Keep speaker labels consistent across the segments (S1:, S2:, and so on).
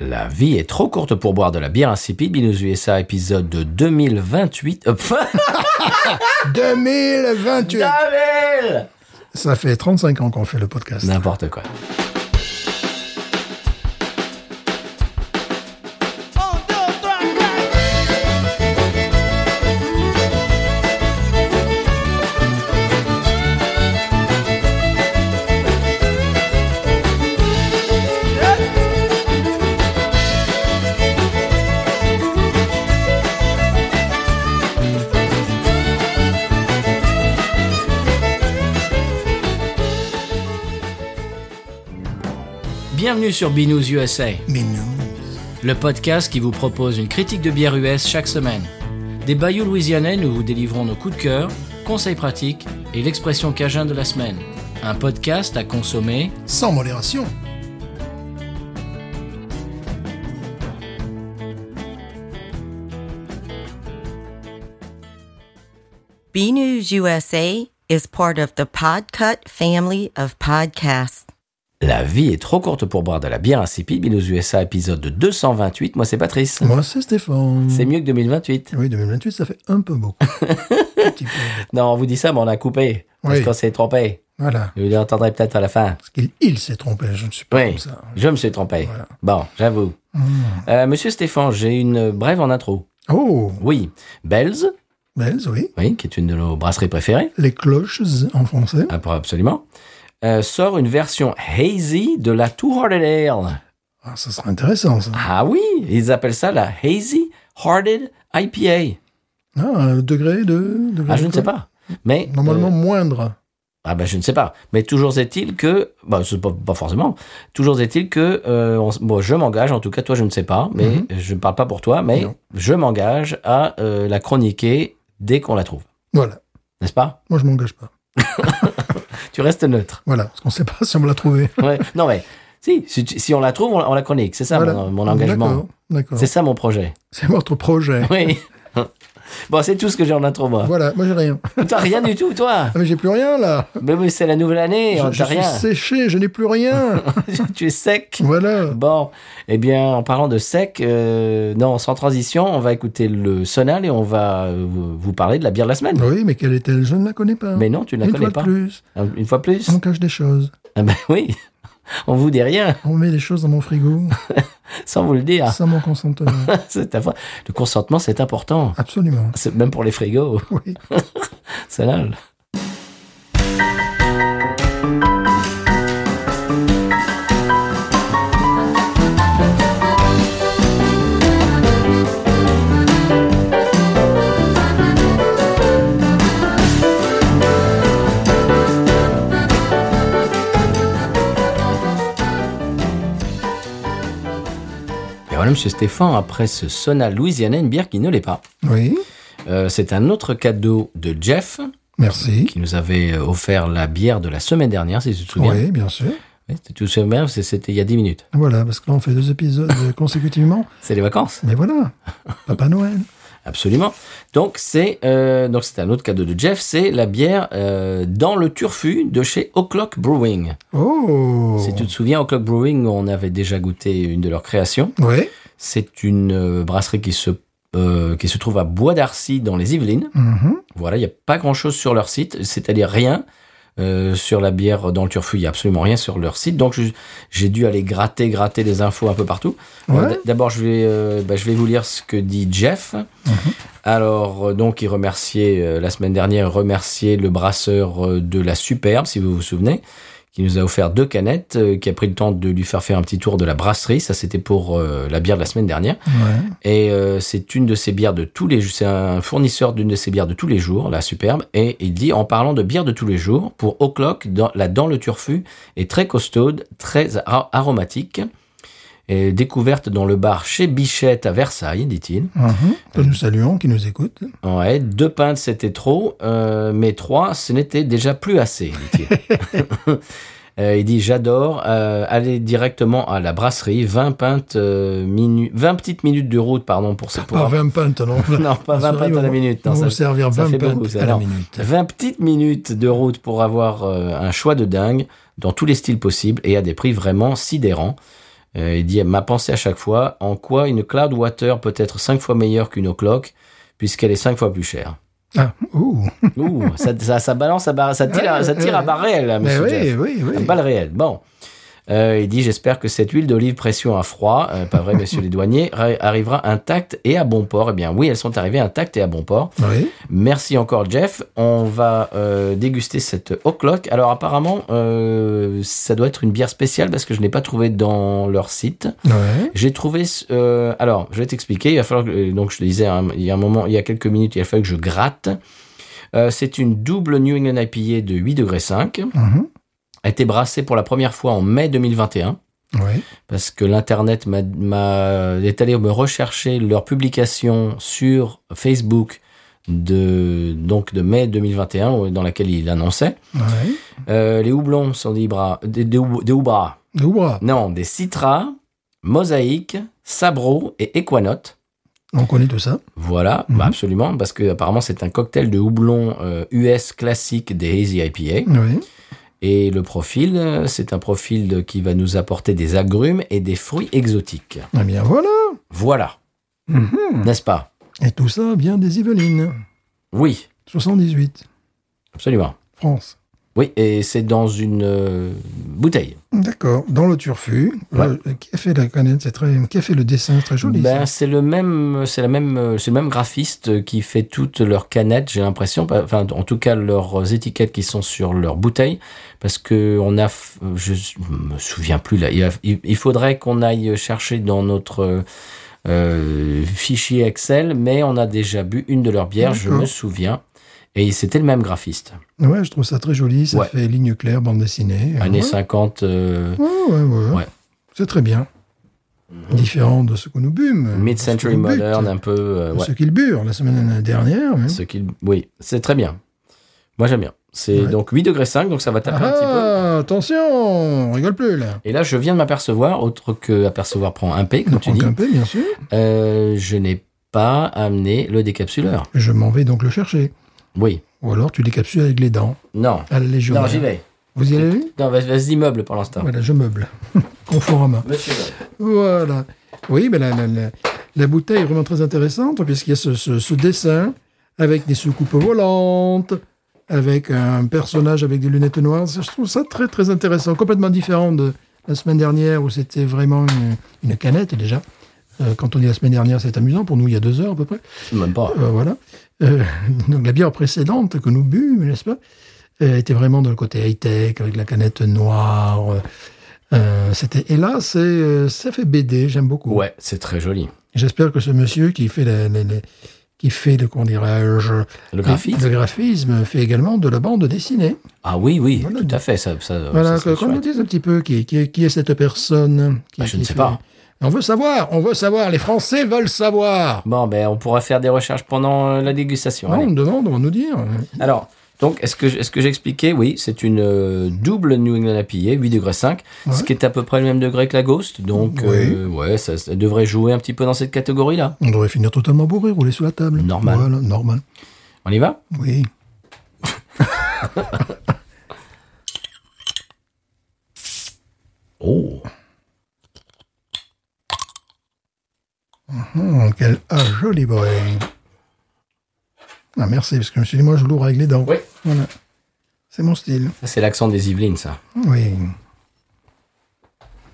S1: La vie est trop courte pour boire de la bière insipide. Binous USA, épisode de 2028. Hop.
S2: 2028
S1: Damel
S2: Ça fait 35 ans qu'on fait le podcast.
S1: N'importe quoi. Bienvenue sur Binous USA,
S2: Mais non.
S1: le podcast qui vous propose une critique de bière US chaque semaine. Des bayous louisianais, nous vous délivrons nos coups de cœur, conseils pratiques et l'expression cajun de la semaine. Un podcast à consommer
S2: Sans modération.
S3: B News USA is part of the Podcut family of podcasts.
S1: La vie est trop courte pour boire de la bière insipide. Binous USA, épisode de 228. Moi, c'est Patrice.
S2: Moi, c'est Stéphane.
S1: C'est mieux que 2028.
S2: Oui, 2028, ça fait un peu beaucoup. Petit peu.
S1: Non, on vous dit ça, mais on a coupé. Parce
S2: Oui.
S1: qu'on s'est trompé.
S2: Voilà.
S1: Vous l'entendrez peut-être à la fin.
S2: Parce qu'il il s'est trompé, je ne suis pas
S1: Oui,
S2: comme ça.
S1: je me suis trompé.
S2: Voilà. Hmm.
S1: Bon, j'avoue. Euh, Monsieur Stéphane, j'ai une brève en intro.
S2: Oh,
S1: Oui, Bells,
S2: Bells, oui.
S1: oui, qui est une de nos brasseries préférées,
S2: Les cloches en français.
S1: ah, pas absolument, euh, sort une version hazy de la Two Hearted Ale.
S2: Ah, ça sera intéressant, ça.
S1: Ah oui, ils appellent ça la Hazy Hearted IPA.
S2: Ah, le degré de... de
S1: Ah, je ne sais
S2: l'alcool.
S1: pas. Mais
S2: Normalement
S1: euh,
S2: moindre.
S1: ah ben je ne sais pas. Mais toujours est-il que, bah, c'est pas, pas forcément. Toujours est-il que, euh, on s- bon, je m'engage. En tout cas, toi, je ne sais pas, mais je ne parle pas pour toi, mais
S2: Mhm. Non.
S1: je m'engage à euh, la chroniquer dès qu'on la trouve,
S2: Voilà.
S1: n'est-ce pas
S2: Moi, je m'engage pas.
S1: Tu restes neutre.
S2: Voilà, parce qu'on ne sait pas si on va la trouver.
S1: Ouais. Non, mais si, si, tu- si on la trouve, on, la- on la chronique. C'est ça
S2: Voilà.
S1: mon, mon engagement.
S2: D'accord, D'accord.
S1: C'est ça mon projet.
S2: C'est votre projet.
S1: Oui. bon, c'est tout ce que j'ai en intro, moi.
S2: Voilà, moi j'ai rien.
S1: T'as rien du tout, toi.
S2: Ah mais j'ai plus rien là.
S1: Mais, oui, c'est la nouvelle année,
S2: je
S1: on
S2: je
S1: t'as
S2: suis
S1: rien.
S2: séché, je n'ai plus rien.
S1: tu es sec.
S2: voilà.
S1: Bon, eh bien, en parlant de sec, euh, non, sans transition, on va écouter le sonal et on va euh, vous vous parler de la bière de la semaine.
S2: Oui, mais quelle est-elle Je ne la connais pas.
S1: Mais non, tu ne la
S2: Une
S1: connais
S2: fois
S1: pas.
S2: de plus, Hein?
S1: Une fois plus
S2: on cache des choses.
S1: Ah ben oui, on vous dit rien,
S2: On met des choses dans mon frigo
S1: sans vous le dire.
S2: sans mon consentement.
S1: C'est ta foi. Le consentement, c'est important.
S2: Absolument.
S1: C'est- Même pour les frigos.
S2: Oui.
S1: C'est là. là. Et voilà, Monsieur Stéphane, après ce Sona Louisiana, une bière qui ne l'est pas.
S2: Oui.
S1: Euh, c'est un autre cadeau de Jeff
S2: Merci.
S1: qui nous avait euh, offert la bière de la semaine dernière, si tu te souviens.
S2: Oui, bien sûr.
S1: Oui, tu te souviens, c'est- c'était il y a 10 minutes.
S2: Voilà, parce que là on fait deux épisodes consécutivement.
S1: C'est les vacances.
S2: Mais voilà. Papa Noël.
S1: Absolument. Donc, c'est euh, donc c'est un autre cadeau de Jeff. C'est la bière euh, dans le turfu de chez O'Clock Brewing.
S2: Oh.
S1: Si tu te souviens, O'Clock Brewing, on avait déjà goûté une de leurs créations.
S2: Oui.
S1: C'est une euh, brasserie qui se, euh, qui se trouve à Bois d'Arcy dans les Yvelines.
S2: Mhm.
S1: Voilà, il n'y a pas grand-chose sur leur site, c'est-à-dire rien euh, sur la bière dans le turfu, il n'y a absolument rien sur leur site. Donc je- j'ai dû aller gratter, gratter des infos un peu partout. Euh,
S2: Ouais.
S1: d- D'abord, je, vais, euh, bah, je vais vous lire ce que dit Jeff. Alors, euh, donc, il remerciait, euh, la semaine dernière, il remerciait le brasseur euh, de la Superbe, si vous vous souvenez, qui nous a offert deux canettes, euh, qui a pris le temps de lui faire faire un petit tour de la brasserie. Ça, c'était pour euh, la bière de la semaine dernière.
S2: Ouais.
S1: Et euh, c'est une de ses bières de tous les c'est un fournisseur d'une de ses bières de tous les jours, la superbe. Et il dit en parlant de bière de tous les jours, pour O'Clock, dans, la dans le turfu est très costaude, très a- aromatique. Et découverte dans le bar chez Bichette à Versailles, dit-il.
S2: Mhm. Que nous saluons, qui nous écoute.
S1: Ouais, deux pintes c'était trop, euh, mais trois ce n'était déjà plus assez. dit-il. Euh, il dit j'adore euh, aller directement à la brasserie, 20 pintes euh, minu- 20 petites minutes de route pardon pour ça.
S2: Pas 20 pintes, non.
S1: Non, pas 20 pintes à la minute, non,
S2: On va
S1: ça-
S2: me servir
S1: ça
S2: 20
S1: fait
S2: pintes
S1: beaucoup, ça,
S2: à la
S1: non.
S2: minute.
S1: 20 petites minutes de route pour avoir euh, un choix de dingue dans tous les styles possibles et à des prix vraiment sidérants. Euh, Euh, il dit, elle m'a pensé à chaque fois en quoi une Cloudwater peut être cinq fois meilleure qu'une O'Clock, puisqu'elle est cinq fois plus chère.
S2: Ah, ouh.
S1: Ouh, ça, ça, ça balance, à barre- ça tire, à- ça tire à barre réelle, là,
S2: Mais
S1: monsieur
S2: oui,
S1: Jeff.
S2: oui, oui.
S1: À balle réelle. Bon. Euh, il dit J'espère que cette huile d'olive pression à froid, euh, pas vrai, messieurs les douaniers, ra- arrivera intacte et à bon port. Eh bien, oui, elles sont arrivées intactes et à bon port.
S2: Oui.
S1: Merci encore, Jeff. On va euh, déguster cette O'Clock. Alors, apparemment, euh, ça doit être une bière spéciale parce que je n'ai pas trouvé dans leur site.
S2: Ouais.
S1: J'ai trouvé. ce- euh, alors, je vais t'expliquer. Il va falloir. que- donc, je te disais, hein, il y a un moment, il y a quelques minutes, il a fallu que je gratte. Euh, c'est une double New England IPA de 8 degrés 5.
S2: Mhm.
S1: A été brassée pour la première fois en mai 2021
S2: Oui.
S1: parce que l'internet m'a- m'a est allé me rechercher leur publication sur Facebook de donc de mai 2021 dans laquelle il annonçait
S2: Oui.
S1: Euh, les houblons sont des hubras, des, des, hou- des houbras.
S2: Ou bras.
S1: Non, des Citra, Mosaïque, Sabro et Equanote.
S2: On connaît tout ça.
S1: Voilà,
S2: Mhm.
S1: bah absolument, parce que apparemment c'est un cocktail de houblon euh, US classique des Hazy IPA.
S2: Oui.
S1: Et le profil, euh, c'est un profil de- qui va nous apporter des agrumes et des fruits exotiques.
S2: Eh bien, voilà.
S1: Voilà,
S2: Mhm.
S1: n'est-ce pas
S2: Et tout ça vient des Yvelines.
S1: Oui,
S2: 78,
S1: absolument.
S2: France.
S1: Oui, et c'est dans une euh, bouteille.
S2: D'accord. Dans le turfu.
S1: Ouais.
S2: Euh, Qui a fait la canette C'est très. Qui a fait le dessin C'est très joli.
S1: Ben, c'est le même, c'est la même, euh, c'est le même graphiste qui fait toutes leurs canettes, j'ai l'impression, Pas- enfin en tout cas leurs étiquettes qui sont sur leurs bouteilles, parce que on a, f- je s- me souviens plus là, il, y a- il- il faudrait qu'on aille chercher dans notre euh, euh, fichier Excel, mais on a déjà bu une de leurs bières, je
S2: D'accord.
S1: me souviens, et c'était le même graphiste,
S2: ça. Ouais, je trouve ça très joli. Ça
S1: Ouais.
S2: fait ligne claire, bande dessinée. Euh,
S1: années
S2: ouais.
S1: 50. euh,
S2: Ouais, ouais, ouais.
S1: Ouais. Mhm.
S2: C'est très bien. Différent de ce que nous bûmes.
S1: Mid-century
S2: de ce Euh, que nous bûtes,
S1: modern, un peu, euh,
S2: de
S1: ouais.
S2: Ce qu'ils burent la semaine dernière. mais-
S1: Ce qu'il- Oui, c'est très bien. Moi, j'aime bien. C'est
S2: Ouais.
S1: donc 8 degrés 5, donc ça va taper un petit peu.
S2: Ah, attention On rigole plus, là.
S1: Et là, je viens de m'apercevoir, autre que apercevoir prend un P, comme
S2: On
S1: tu
S2: prend
S1: dis,
S2: qu'un peu, bien sûr.
S1: euh, je n'ai pas amené le décapsuleur.
S2: Je m'en vais donc le chercher.
S1: Oui.
S2: Ou alors tu décapsules avec les dents.
S1: Non.
S2: À la légionnaire.
S1: Non, j'y vais.
S2: Vous y allez
S1: Non, vas- vas-y, meuble pour l'instant.
S2: Voilà, je meuble. Conforama.
S1: Monsieur Meuble.
S2: Voilà. Oui, mais la, la, la- la bouteille est vraiment très intéressante puisqu'il y a ce, ce- ce dessin avec des soucoupes volantes, avec un personnage avec des lunettes noires. Je trouve ça très très intéressant, complètement différent de la semaine dernière où c'était vraiment une, une canette déjà. Euh, Quand on dit la semaine dernière, c'est amusant. Pour nous, il y a deux heures à peu près.
S1: Même pas.
S2: Euh, voilà. Euh, donc la bière précédente que nous bûmes, n'est-ce pas, euh, était vraiment dans le côté high-tech, avec la canette noire. euh, euh, c'était, et là, c'est, euh, ça fait BD, j'aime beaucoup.
S1: Ouais, c'est très joli.
S2: J'espère que ce monsieur qui fait la- la- la- qui fait le, comment dirais-je,
S1: Le graphisme
S2: le graphisme, fait également de la bande dessinée.
S1: Ah oui, oui,
S2: Voilà.
S1: tout à fait. Ça, ça,
S2: Voilà,
S1: ça serait
S2: que- qu'on nous
S1: chouette.
S2: dise un petit peu qui, qui, qui est cette personne. qui-
S1: Bah, je
S2: qui
S1: ne sais
S2: fait-
S1: pas.
S2: On veut savoir, on veut savoir, les Français veulent savoir. Ah,
S1: Bon, ben, on pourra faire des recherches pendant euh, la dégustation.
S2: on
S1: Allez.
S2: me demande, on va nous dire.
S1: Alors, donc, est-ce que, je- est-ce que j'expliquais Oui, c'est une euh, double New England IPA, 8 degrés 5, ce
S2: Ouais.
S1: qui est à peu près le même degré que la Ghost. Donc, euh, ouais, ça, ça devrait jouer un petit peu dans cette catégorie-là.
S2: On devrait finir totalement bourré, rouler sous la table.
S1: Normal.
S2: Voilà, normal.
S1: On y va
S2: Oui.
S1: Oh
S2: Hum, quel ah, joli boy. Ah, merci, parce que je me suis dit, moi, je l'ouvre avec les dents.
S1: Oui.
S2: Voilà. C'est mon style.
S1: Ça, c'est l'accent des Yvelines, ça.
S2: Oui.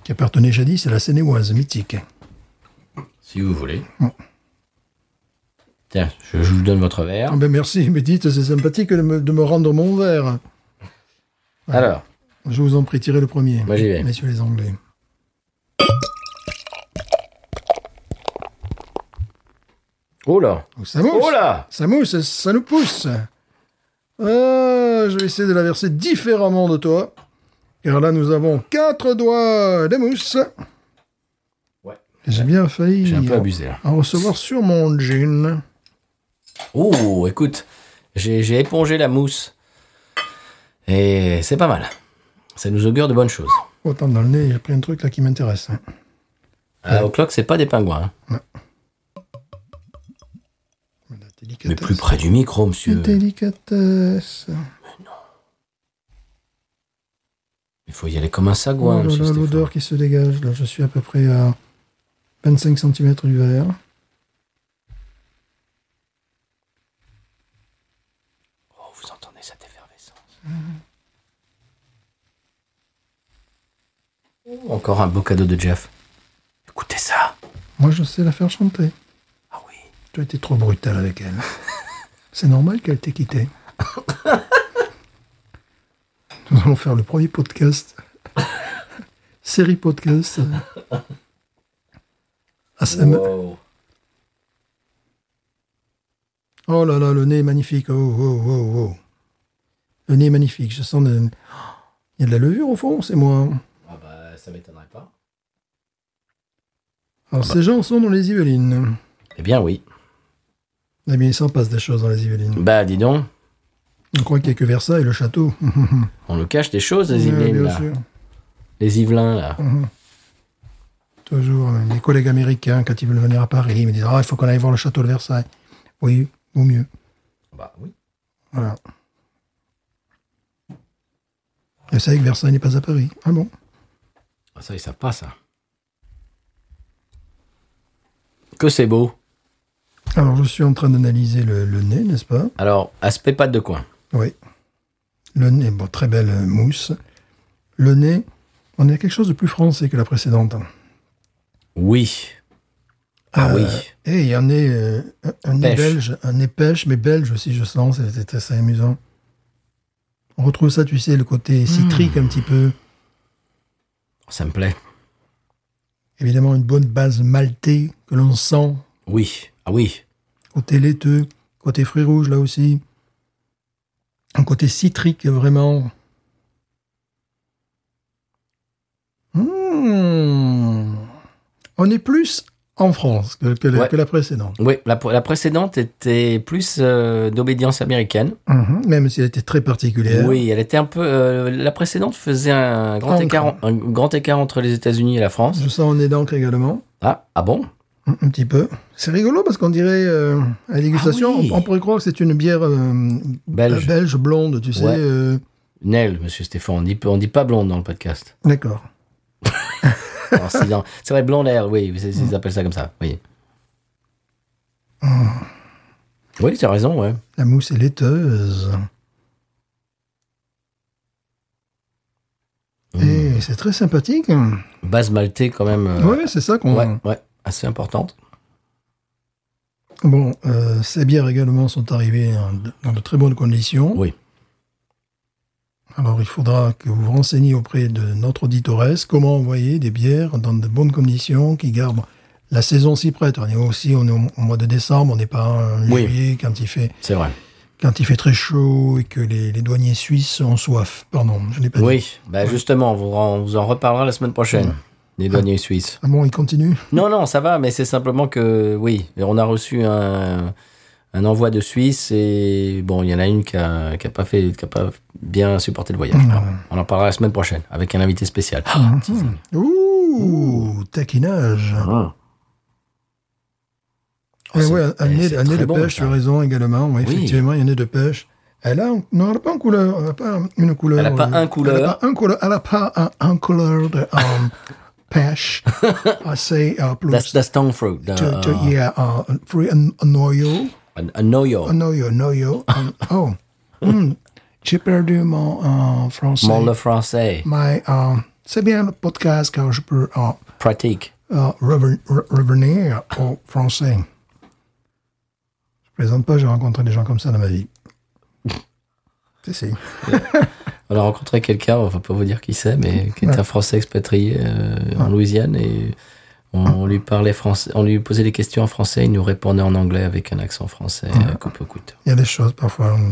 S2: Qui appartenait jadis à la Sénéoise mythique.
S1: Si vous voulez.
S2: Mm.
S1: Tiens, je, je vous donne votre verre.
S2: Ah, ben merci, mais dites, c'est sympathique de me, de me rendre mon verre.
S1: Alors,
S2: Je vous en prie, tirez le premier.
S1: Moi, j'y vais.
S2: Messieurs les Anglais.
S1: oh là
S2: Donc, ça mousse.
S1: Oh là
S2: Ça mousse, ça nous pousse. Ah, je vais essayer de la verser différemment de toi. Car là, nous avons quatre doigts de mousse.
S1: Ouais.
S2: J'ai bien failli
S1: J'ai un peu abusé, là.
S2: en en recevoir sur mon jean.
S1: Oh, écoute, j'ai j'ai épongé la mousse. Et c'est pas mal. Ça nous augure de bonnes choses.
S2: Autant dans le nez, j'ai pris un truc là qui hein. m'intéresse.
S1: Ah, au clock, c'est pas des pingouins. hein.
S2: La délicatesse.
S1: Mais plus près du micro,
S2: La
S1: monsieur.
S2: délicatesse.
S1: Il Il faut y aller comme un sagouin,
S2: Oh là
S1: monsieur
S2: là,
S1: Stéphane.
S2: L'odeur qui se dégage, là, je suis à peu près à 25 cm du verre.
S1: Oh, vous entendez cette effervescence
S2: Mm.
S1: Oh, Encore un beau cadeau de Jeff. Écoutez ça.
S2: Moi, je sais la faire chanter.
S1: Ah oui.
S2: Tu as été trop brutal avec elle. C'est normal qu'elle t'ait quitté. Nous allons faire le premier podcast. Série podcast. Ah, ASMR.
S1: Wow.
S2: Oh là là, le nez est magnifique. Oh, oh, oh, oh. Le nez est magnifique. Je sens. de- Il y a de la levure au fond, c'est moi.
S1: Ah bah, ça m'étonnerait pas.
S2: Alors, ces gens sont dans les Yvelines.
S1: Eh bien, oui.
S2: Eh bien, il s'en passe des choses dans les Yvelines.
S1: Bah, dis donc,
S2: On croit qu'il n'y a que Versailles et le château.
S1: on nous cache des choses, les
S2: Ouais,
S1: Yvelines,
S2: bien
S1: là.
S2: sûr. Mm.
S1: Les Yvelins, là.
S2: Toujours, euh, mes collègues américains, quand ils veulent venir à Paris, ils me disent Ah, il faut qu'on aille voir le château de Versailles. Oui, vaut mieux.
S1: Bah, oui.
S2: Voilà. Et c'est vrai que Versailles n'est pas à Paris. Ah bon
S1: Ah, Ça, ils savent pas, ça. Que c'est beau.
S2: Alors, je suis en train d'analyser le, le nez, n'est-ce pas
S1: Alors, aspect pâte de coin.
S2: Oui. Le nez, bon, très belle euh, mousse. Le nez, on est à quelque chose de plus français que la précédente.
S1: Oui. Ah
S2: Euh,
S1: oui.
S2: Et il y en a euh, un, un nez
S1: Pêche.
S2: belge, un nez pêche, mais belge aussi, je sens, c'est- c'est assez amusant. On retrouve ça, tu sais, le
S1: Hmm.
S2: côté citrique un petit peu.
S1: Ça me plaît.
S2: Évidemment, une bonne base maltée que l'on sent,
S1: Oui. Ah oui.
S2: côté laiteux, côté fruits rouges là aussi. Un côté citrique, vraiment. Mmh. On est plus en France que, que la,
S1: Ouais.
S2: que la précédente.
S1: Oui, la, la précédente était plus euh, d'obédience américaine.
S2: Mhm. Même si elle était très particulière.
S1: Oui, elle était un peu. euh, la précédente faisait un grand,
S2: Entre.
S1: écart, en- un grand écart entre les États-Unis et la France.
S2: Je sens un nez d'encre également.
S1: Ah, ah bon
S2: Un un petit peu. C'est rigolo parce qu'on dirait euh, à la dégustation,
S1: Ah oui.
S2: on, on pourrait croire que c'est une bière euh,
S1: Belge.
S2: belge blonde, tu sais.
S1: Ouais.
S2: euh,
S1: Nel, monsieur Stéphane, on dit, on dit pas blonde dans le podcast.
S2: D'accord.
S1: Alors, c'est dans- c'est vrai, blonde air, oui, c'est- c'est- ils appellent ça comme ça, oui. Oui, tu as raison, ouais.
S2: La mousse est laiteuse.
S1: Mmh.
S2: Et c'est très sympathique.
S1: Base maltée, quand même. euh,
S2: Ouais, c'est ça qu'on.
S1: ouais, ouais, assez importante.
S2: Bon, euh, ces bières également sont arrivées en- dans de très bonnes conditions.
S1: Oui.
S2: Alors, il faudra que vous vous renseigniez auprès de notre auditoresse comment envoyer des bières dans de bonnes conditions qui gardent la saison s'y prête. On est aussi on est au, au mois de décembre, on n'est pas en
S1: Oui.
S2: juillet quand il fait
S1: C'est vrai.
S2: quand il fait très chaud et que les, les douaniers suisses ont soif. Pardon, je n'ai pas dit.
S1: Oui, bah justement, on vous, en- on vous en reparlera la semaine prochaine, les douaniers suisses.
S2: Ah bon, il continue
S1: Non, non, ça va, mais c'est simplement que, oui, on a reçu un, un envoi de Suisse et bon, il y en a une qui a, qui a pas fait, qui a pas bien supporté le voyage. Alors, on en parlera la semaine prochaine avec un invité spécial. Ah, teasing.
S2: Ouh, Hein taquinage.
S1: Oh,
S2: Oui,
S1: Ah, c'est-
S2: ouais, un
S1: eh,
S2: nez,
S1: c'est
S2: un nez
S1: très
S2: de
S1: bon,
S2: pêche,
S1: ça.
S2: tu as raison également. Ouais,
S1: Oui.
S2: Effectivement, il y a un nez de pêche. Elle a, non, elle n'a pas une couleur. Elle n'a pas une couleur.
S1: Elle a pas
S2: euh,
S1: un couleur.
S2: Elle n'a pas un couleur. Elle a pas un, un couleur de um, pêche. assez uh, plus.
S1: That's, that's tongue fruit.
S2: to, to,
S1: Uh,
S2: yeah, uh, fruit and and noyau.
S1: un- un noyo.
S2: Un noyau, noyau. um, oh, hmm, j'ai perdu mon euh, français.
S1: Mon le français.
S2: My, euh, C'est bien le podcast quand je peux euh,
S1: Pratique.
S2: euh, reven- re- revenir au français. Je plaisante pas, j'ai rencontré des gens comme ça dans ma vie. Si, si.
S1: On a rencontré quelqu'un, on va pas vous dire qui c'est, mais qui est un Français expatrié euh, en Louisiane et on, on lui parlait français, on lui posait des questions en français, il nous répondait en anglais avec un accent français euh, coupe au couteau.
S2: Il y a des choses parfois. hum,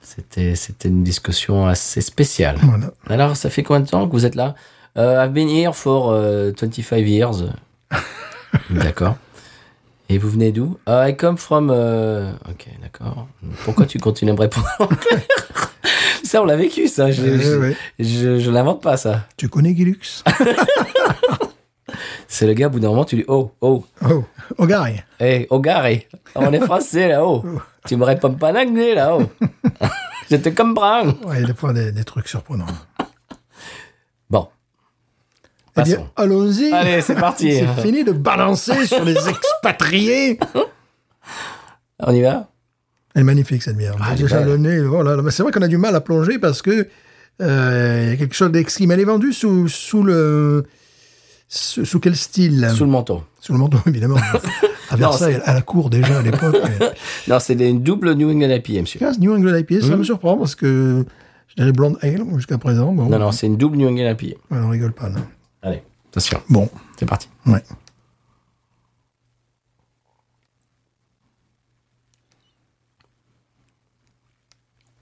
S1: C'était c'était une discussion assez spéciale.
S2: Voilà.
S1: Alors ça fait combien de temps que vous êtes là Euh, I've been here for euh, 25 years. d'accord. Et vous venez d'où Ah, I come from. euh, Ok, d'accord. Pourquoi tu continues à me répondre en anglais Ça, on l'a vécu, ça. Je,
S2: Oui,
S1: je-
S2: oui.
S1: je- je l'invente pas, ça.
S2: Tu connais Gilux
S1: C'est le gars, au bout d'un moment, tu dis Oh, oh,
S2: Oh, Ogari.
S1: hey, oh, garé. On est français là-haut. Tu me réponds pas en anglais là-haut. je te comprends.
S2: Eh Ouais, il y a des fois des, des trucs surprenants. Eh bien,
S1: Passons.
S2: allons-y.
S1: Allez, c'est parti.
S2: C'est fini de balancer sur les expatriés.
S1: On y va
S2: Elle est magnifique, cette bière.
S1: Ah, elle est
S2: Déjà
S1: belle.
S2: le nez, voilà. Mais c'est vrai qu'on a du mal à plonger parce que euh, il y a quelque chose d'exquis. Mais elle est vendue sous, sous le. Sous, sous quel style
S1: Sous le manteau.
S2: Sous le manteau, évidemment. à Versailles, à la cour déjà à l'époque.
S1: Non, c'est des- une double New England IPA, monsieur.
S2: Casse New England IPA,
S1: Hmm.
S2: ça me surprend parce que je dirais blonde ale jusqu'à présent. Bon,
S1: Non, non, c'est une double New England IPA.
S2: Ouais, on rigole pas, non.
S1: Allez, attention,
S2: Bon,
S1: c'est parti.
S2: ouais.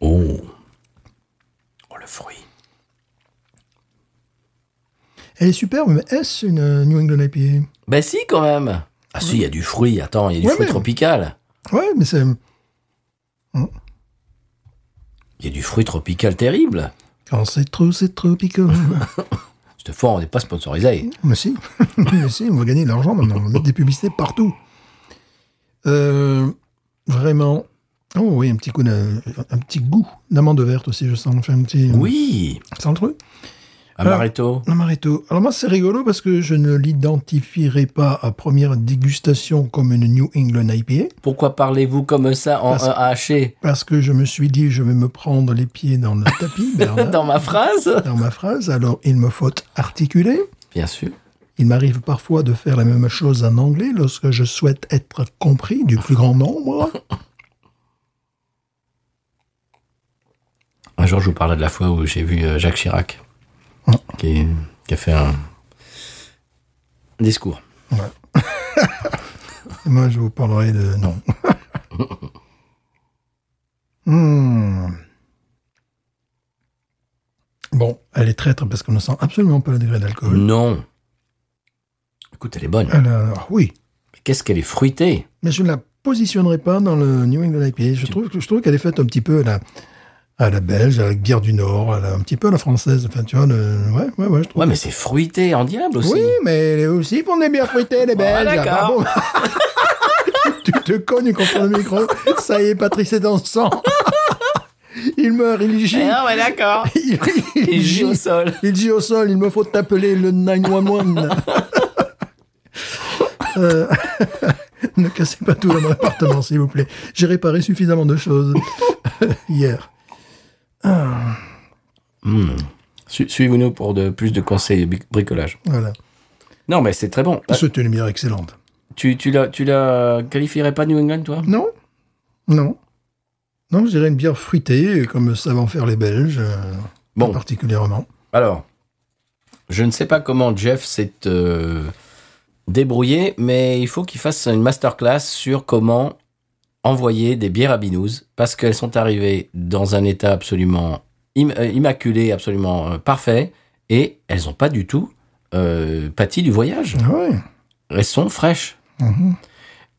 S1: Oh Oh, le fruit.
S2: Elle est superbe, mais est-ce une euh, New England IPA
S1: Ben si, quand même Ah si, il y a du fruit, attends, il y a du
S2: Ouais,
S1: fruit
S2: mais-
S1: tropical.
S2: Ouais, mais c'est.
S1: Il y a du fruit tropical terrible.
S2: Quand c'est trop, c'est tropical.
S1: Cette fois, on n'est pas sponsorisé.
S2: mais si, mais si, on va gagner de l'argent maintenant. On va mettre des publicités partout. Euh, vraiment. Oh oui, un petit coup de, un petit goût d'amande verte aussi, je sens. Enfin, un petit,
S1: Oui
S2: je sens le truc.
S1: Amaretto
S2: L'amaretto. Alors moi, c'est rigolo parce que je ne l'identifierai pas à première dégustation comme une New England IPA.
S1: Pourquoi parlez-vous comme ça en
S2: Parce-
S1: un haché
S2: Parce que je me suis dit, je vais me prendre les pieds dans le tapis, Bernard,
S1: dans ma phrase
S2: dans ma phrase. Alors, il me faut articuler.
S1: Bien sûr.
S2: Il m'arrive parfois de faire la même chose en anglais lorsque je souhaite être compris du plus grand nombre.
S1: Un jour, je vous parlais de la fois où j'ai vu euh, Jacques Chirac,
S2: Mm.
S1: qui, qui a fait un un discours.
S2: Moi, je vous parlerai de non. Hmm. Bon, elle est traître parce qu'on ne sent absolument pas le degré d'alcool.
S1: Non Écoute, elle est bonne.
S2: Alors, oui.
S1: Qu'est-ce qu'elle est fruitée
S2: Mais je ne la positionnerai pas dans le New England IPA. Je trouve, que- je trouve qu'elle est faite un petit peu à la, à la belge, à la bière du Nord, à la- un petit peu à la française. Enfin, tu vois, le- ouais, ouais, ouais, je trouve.
S1: Ouais, mais c'est fruité en diable aussi.
S2: Oui, mais les aussi ils font des bières fruitées, les
S1: Ah,
S2: belges.
S1: d'accord.
S2: bon tu te cognes contre le micro. Ça y est, Patrice est dans le sang. il meurt, il
S1: Eh
S2: gît.
S1: non, mais d'accord.
S2: Il, il
S1: Il gît au sol.
S2: Il gît au sol. Il me faut t'appeler le 911. Euh, ne cassez pas tout dans mon appartement, s'il vous plaît. J'ai réparé suffisamment de choses euh, hier.
S1: Su- Suivez-nous pour de, plus de conseils bi- bricolage.
S2: Voilà.
S1: Non, mais c'est très bon. Ah,
S2: C'est une bière excellente.
S1: Tu, tu, la, tu la qualifierais pas New England, toi
S2: Non. Non. Non, je dirais une bière fruitée, comme savent en faire les Belges, euh,
S1: Bon.
S2: particulièrement.
S1: Alors, je ne sais pas comment Jeff s'est euh, débrouillé, mais il faut qu'il fasse une masterclass sur comment envoyer des bières à binous, parce qu'elles sont arrivées dans un état absolument im- euh, immaculé, absolument euh, parfait, et elles n'ont pas du tout euh, pâti du voyage.
S2: Ah ouais.
S1: Elles sont fraîches.
S2: Mhm.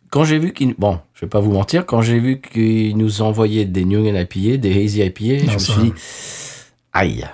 S1: Quand j'ai vu qu'ils... Bon, je vais pas vous mentir, quand j'ai vu qu'ils nous envoyaient des New England IPA, des Hazy IPA, je
S2: Non,
S1: me
S2: ça-
S1: suis dit... Aïe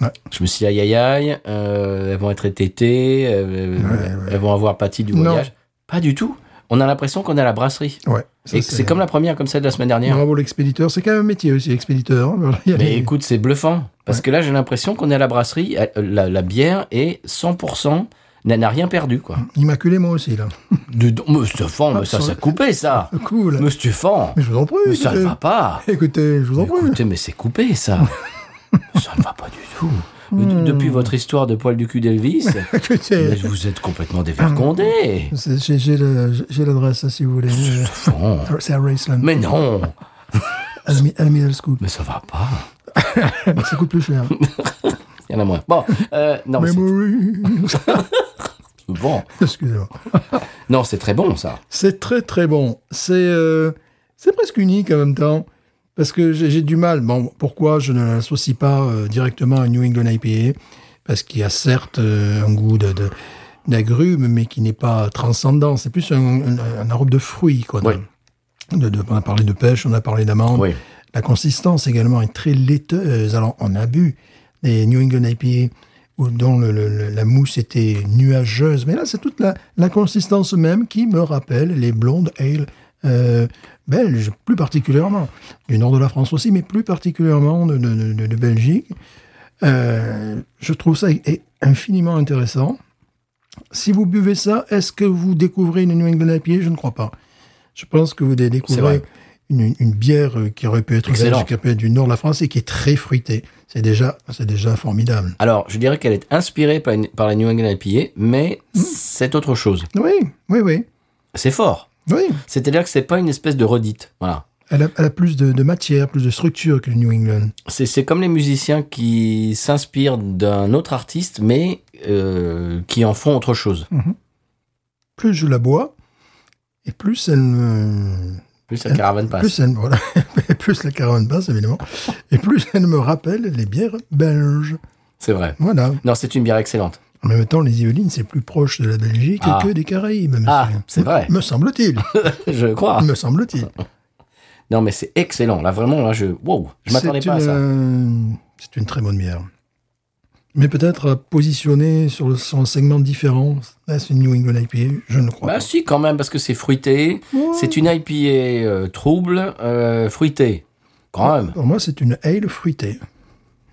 S2: Ouais.
S1: Je me suis dit, aïe, aïe, aïe, euh, elles vont être ététées, euh,
S2: Ouais, ouais.
S1: elles vont avoir pâti du
S2: Non.
S1: voyage. Pas du tout. On a l'impression qu'on est à la brasserie.
S2: Ouais. ça,
S1: Et c'est comme la première, comme celle de la semaine dernière.
S2: Bravo l'expéditeur. C'est quand même un métier aussi, expéditeur.
S1: Mais écoute, c'est bluffant. Parce que là, j'ai l'impression qu'on est à la brasserie, euh, la, la bière est 100%, n'a n'a rien perdu,
S2: Mm.
S1: quoi.
S2: Immaculé, moi aussi, là.
S1: De, mais Stéphane,
S2: Ah,
S1: mais ça, ça a coupé, ça
S2: Cool.
S1: Mais Stéphane,
S2: Euh, Mais je vous en prie.
S1: mais ça ne
S2: écoutez.
S1: va pas
S2: Écoutez, je vous en
S1: Mais
S2: prie.
S1: Bah Écoutez, mais c'est coupé, ça. ça ne va pas du tout. Mais de- Depuis votre histoire de poil du cul d'Elvis, mais
S2: Écoutez,
S1: vous êtes complètement dévergondé.
S2: c'est- j'ai- j'ai le- j'ai l'adresse, hein, si vous voulez. Euh,
S1: Bon.
S2: C'est à Raceland,
S1: Mais non,
S2: à la mi- à la middle school.
S1: mais ça va pas.
S2: Ça coûte plus cher.
S1: Il y en a moins. Bon, euh, non, mais c'est-
S2: Memory.
S1: bon.
S2: Excusez-moi.
S1: Non, c'est très bon, ça.
S2: C'est très très bon. C'est euh, c'est presque unique en même temps. Parce que j'ai j'ai du mal. Bon, pourquoi je ne l'associe pas euh, directement à New England IPA Parce qu'il y a certes euh, un goût de, de- d'agrumes, mais qui n'est pas transcendant. C'est plus un, un, un arôme de fruits. Quoi, de-
S1: Oui.
S2: de- de- on a parlé de pêche, on a parlé d'amande.
S1: Oui.
S2: La consistance également est très laiteuse. Alors, on a bu des New England IPA où- dont le- le- le- la mousse était nuageuse. Mais là, c'est toute la, la consistance même qui me rappelle les blondes ale euh, belges, plus particulièrement. Du nord de la France aussi, mais plus particulièrement de, de- de- de Belgique. Euh, je trouve ça e- e- infiniment intéressant. Si vous buvez ça, est-ce que vous découvrez une New England IPA Je ne crois pas. Je pense que vous dé-
S1: vrai.
S2: découvrez une, une bière euh, qui aurait pu être belge,
S1: Excellent.
S2: qui aurait pu être du nord de la France et qui est très fruitée. C'est déjà, c'est déjà formidable.
S1: Alors, je dirais qu'elle est inspirée par, une- par la New England IPA, mais c'est autre chose.
S2: Oui, oui, oui,
S1: C'est fort.
S2: oui.
S1: C'est-à-dire que c'est pas une espèce de redite. Voilà.
S2: Elle a, elle a plus de, de matière, plus de structure que le New England.
S1: C'est, c'est comme les musiciens qui s'inspirent d'un autre artiste, mais euh, qui en font autre chose.
S2: Plus je la bois, et plus elle me,
S1: Plus ça caravane passe.
S2: plus elle, voilà, Et plus la caravane passe évidemment, et plus elle me rappelle les bières belges.
S1: C'est vrai.
S2: Voilà.
S1: Non, c'est une bière excellente.
S2: En même temps, les Yvelines, c'est plus proche de la Belgique
S1: Ah.
S2: que des Caraïbes. monsieur.
S1: Ah, c'est vrai.
S2: Me semble-t-il.
S1: je crois.
S2: Me semble-t-il.
S1: Non, mais c'est excellent. Là, vraiment, là, je. Wow, je m'attendais
S2: C'est
S1: pas à
S2: une,
S1: ça.
S2: euh, C'est une très bonne bière. Mais peut-être à positionner sur le- sur un segment différent. Là, c'est une New England IPA, je ne crois
S1: Bah,
S2: pas.
S1: si, quand même, parce que c'est fruité.
S2: Ouais.
S1: C'est une IPA euh, trouble, euh, fruitée. Quand même.
S2: Pour moi, c'est une ale fruitée.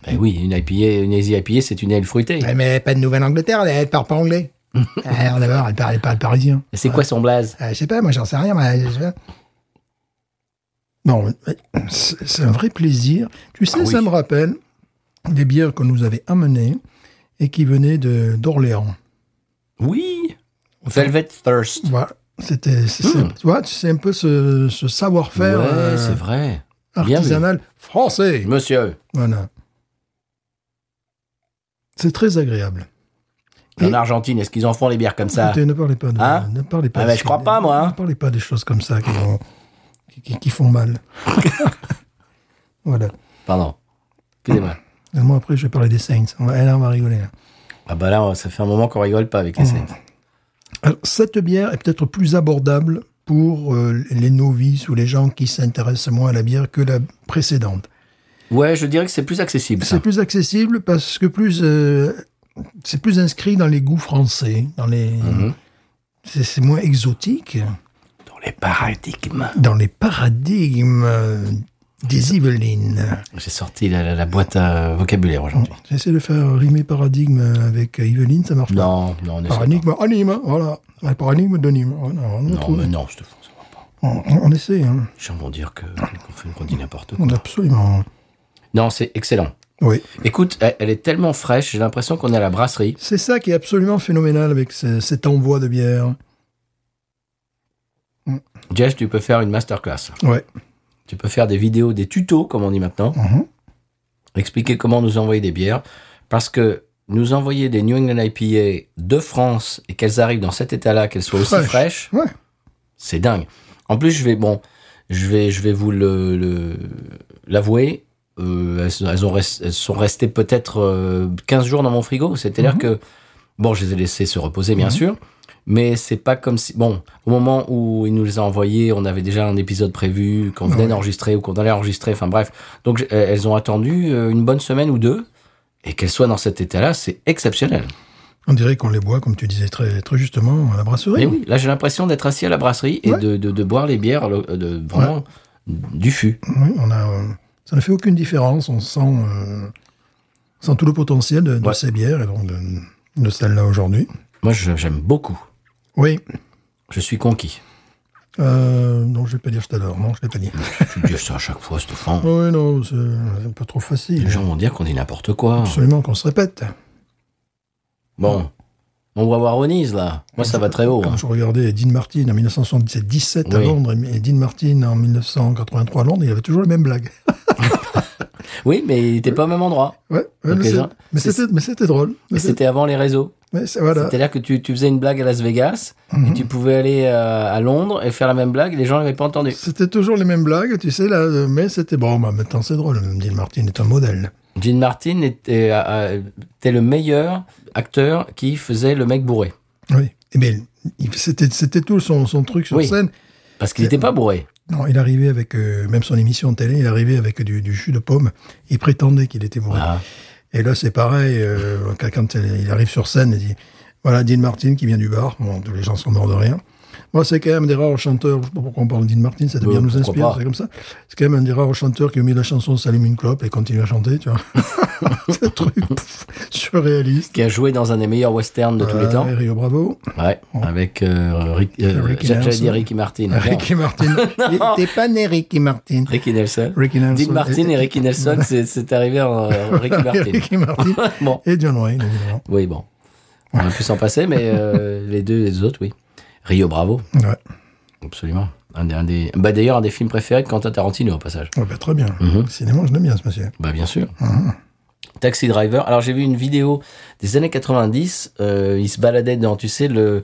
S1: Ben oui, une IPA, une Easy IPA, c'est une ale fruitée.
S2: mais pas de Nouvelle-Angleterre, elle parle pas anglais. Alors d'abord, elle parle, elle parle parisien.
S1: Et C'est quoi son blaze
S2: Euh, je sais pas, moi j'en sais rien. moi, je sais pas. Non, mais c'est c'est un vrai plaisir. Tu sais,
S1: Ah oui.
S2: ça me rappelle des bières qu'on nous avait amenées et qui venaient de- d'Orléans.
S1: Oui Velvet Thirst.
S2: Voilà. C'était, c'est- c'est-
S1: Hmm.
S2: tu vois, c'est un peu ce, ce savoir-faire
S1: ouais,
S2: euh,
S1: c'est vrai. Bien
S2: artisanal français.
S1: Monsieur,
S2: Voilà. C'est très agréable.
S1: en
S2: Et-
S1: Argentine, est-ce qu'ils en font les bières comme ça
S2: Écoutez, ne parlez pas de,
S1: Hein
S2: ne parlez pas
S1: Ah
S2: de
S1: ben,
S2: ça.
S1: je crois pas, moi, hein.
S2: Ne parlez pas des choses comme ça qui, vont- qui- qui- qui font mal. voilà.
S1: Pardon. Excusez-moi.
S2: Et moi, après, je vais parler des Saints. On va, eh, là, on va rigoler. hein. là.
S1: Ah bah là, ça fait un moment qu'on rigole pas avec les scènes.
S2: Alors, cette bière est peut-être plus abordable pour euh, les novices ou les gens qui s'intéressent moins à la bière que la précédente.
S1: Ouais, je dirais que c'est plus accessible, ça.
S2: C'est plus accessible parce que plus euh, c'est plus inscrit dans les goûts français, dans les
S1: Mhm.
S2: c'est c'est moins exotique,
S1: Dans les paradigmes.
S2: dans les paradigmes euh, des Yvelines.
S1: J'ai sorti la, la- la boîte à vocabulaire aujourd'hui.
S2: J'essaie de faire rimer paradigme avec Yveline, ça marche pas.
S1: Non, non, on essaie pas.
S2: Paradigme anime, hein, voilà. Ouais, Paradigme d'anime. Voilà, on, le
S1: Non,
S2: trouve.
S1: mais non, je te fous, ça va pas.
S2: on, on essaie, hein.
S1: Les gens vont dire que- qu'on fait qu'on dit n'importe quoi.
S2: On absolument.
S1: Non, c'est excellent.
S2: Oui.
S1: Écoute, elle, elle est tellement fraîche, j'ai l'impression qu'on est à la brasserie.
S2: C'est ça qui est absolument phénoménal avec ce- cet envoi de bière.
S1: Jeff, tu peux faire une masterclass.
S2: Ouais.
S1: Tu peux faire des vidéos, des tutos, comme on dit maintenant.
S2: Mhm.
S1: expliquer comment nous envoyer des bières, parce que nous envoyer des New England IPA de France et qu'elles arrivent dans cet état-là, qu'elles soient aussi
S2: Fraîches.
S1: fraîches,
S2: Ouais.
S1: c'est dingue. En plus, je vais bon, je vais, je vais vous le le- l'avouer. euh, elles, elles ont res- elles sont restées peut-être euh, 15 jours dans mon frigo. C'est-à-dire
S2: Mhm.
S1: que bon, je les ai laissées se reposer, bien sûr. Mais c'est pas comme si bon, au moment où il nous les a envoyées, on avait déjà un épisode prévu qu'on venait
S2: Ouais.
S1: d'enregistrer ou qu'on allait enregistrer. Enfin bref, donc je- elles ont attendu euh, une bonne semaine ou deux et qu'elles soient dans cet état-là, c'est exceptionnel.
S2: On dirait qu'on les boit, comme tu disais très, très justement, à la brasserie.
S1: Mais Eh oui, là j'ai l'impression d'être assis à la brasserie et
S2: Ouais.
S1: de, de- de boire les bières euh, de, vraiment du fût.
S2: Oui, on a, euh, ça ne fait aucune différence. On sent, euh, on sent tout le potentiel de, de
S1: Ouais.
S2: ces bières et donc de, de celle-là aujourd'hui.
S1: Moi je- j'aime beaucoup.
S2: Oui.
S1: Je suis conquis.
S2: Euh, non, je ne vais pas dire tout à l'heure. Non, je ne l'ai pas dit.
S1: Tu dis ça à chaque fois, Stéphane.
S2: oui, non, c'est un peu trop facile.
S1: Les gens vont dire qu'on dit n'importe quoi.
S2: Absolument qu'on se répète.
S1: Bon, on va voir Onise là. Moi ça va très haut. hein.
S2: Quand je regardais Dean Martin en 1977 à
S1: Oui.
S2: Londres et Dean Martin en 1983 à Londres, il avait toujours les mêmes blagues.
S1: Oui, mais il était pas au même endroit.
S2: Ouais, ouais,
S1: Donc
S2: mais
S1: les
S2: c'est-
S1: gens-
S2: mais
S1: c'est-
S2: c'était mais c'était drôle.
S1: Et c'était avant les réseaux.
S2: mais c'est- voilà.
S1: C'est-à-dire que tu, tu faisais une blague à Las Vegas et
S2: Mhm.
S1: tu pouvais aller euh, à Londres et faire la même blague et les gens l'avaient pas entendu.
S2: C'était toujours les mêmes blagues, tu sais, là, euh, mais c'était bon, bah, maintenant c'est drôle. Dean Martin est un modèle.
S1: Gene Martin était, euh, euh, était le meilleur acteur qui faisait le mec bourré.
S2: Oui. Eh bien, il- c'était c'était tout son, son truc sur
S1: Oui.
S2: scène.
S1: Parce qu'il n'était pas bourré.
S2: Non, il arrivait avec, euh, même son émission de télé, il arrivait avec du, du jus de pomme. Il prétendait qu'il était bourré.
S1: Ah.
S2: Et là, c'est pareil, euh, quand- quand il arrive sur scène, il dit Voilà, Dean Martin qui vient du bar. Bon, tous les gens sont morts de rien. Moi, c'est quand même des rares chanteurs. Je sais pas pourquoi on parle de Dean Martin, ça devient
S1: Euh,
S2: nous
S1: pourquoi
S2: inspire,
S1: pas.
S2: c'est comme ça. C'est quand même un des rares chanteurs qui a mis la chanson S'allume une clope et continue à chanter, tu vois. ce truc pff, surréaliste.
S1: qui a joué dans un des meilleurs westerns de tous les
S2: Euh,
S1: temps.
S2: Rio Bravo.
S1: Ouais, avec euh, Rick, euh,
S2: Ricky
S1: j'allais
S2: Nelson.
S1: dire Ricky Martin. Non,
S2: Ricky Martin. Il était pas né Ricky Martin.
S1: Ricky Nelson.
S2: Ricky Nelson.
S1: Dean Martin et Ricky Nelson, c'est- c'est arrivé en euh, Ricky Martin.
S2: Ricky Martin.
S1: bon,
S2: Et John Wayne, évidemment.
S1: oui, bon. On aurait pu s'en passer, mais euh, les deux, les autres, oui. Rio Bravo,
S2: Ouais.
S1: absolument. Un des, un des- bah, D'ailleurs, un des films préférés de Quentin Tarantino, au passage.
S2: Ouais, bah, très bien.
S1: Mm-hmm.
S2: Cinéma, je l'aime bien, ce monsieur.
S1: Bah bien sûr. Taxi Driver. Alors j'ai vu une vidéo des années 90. euh, il se baladait dans, tu sais, le,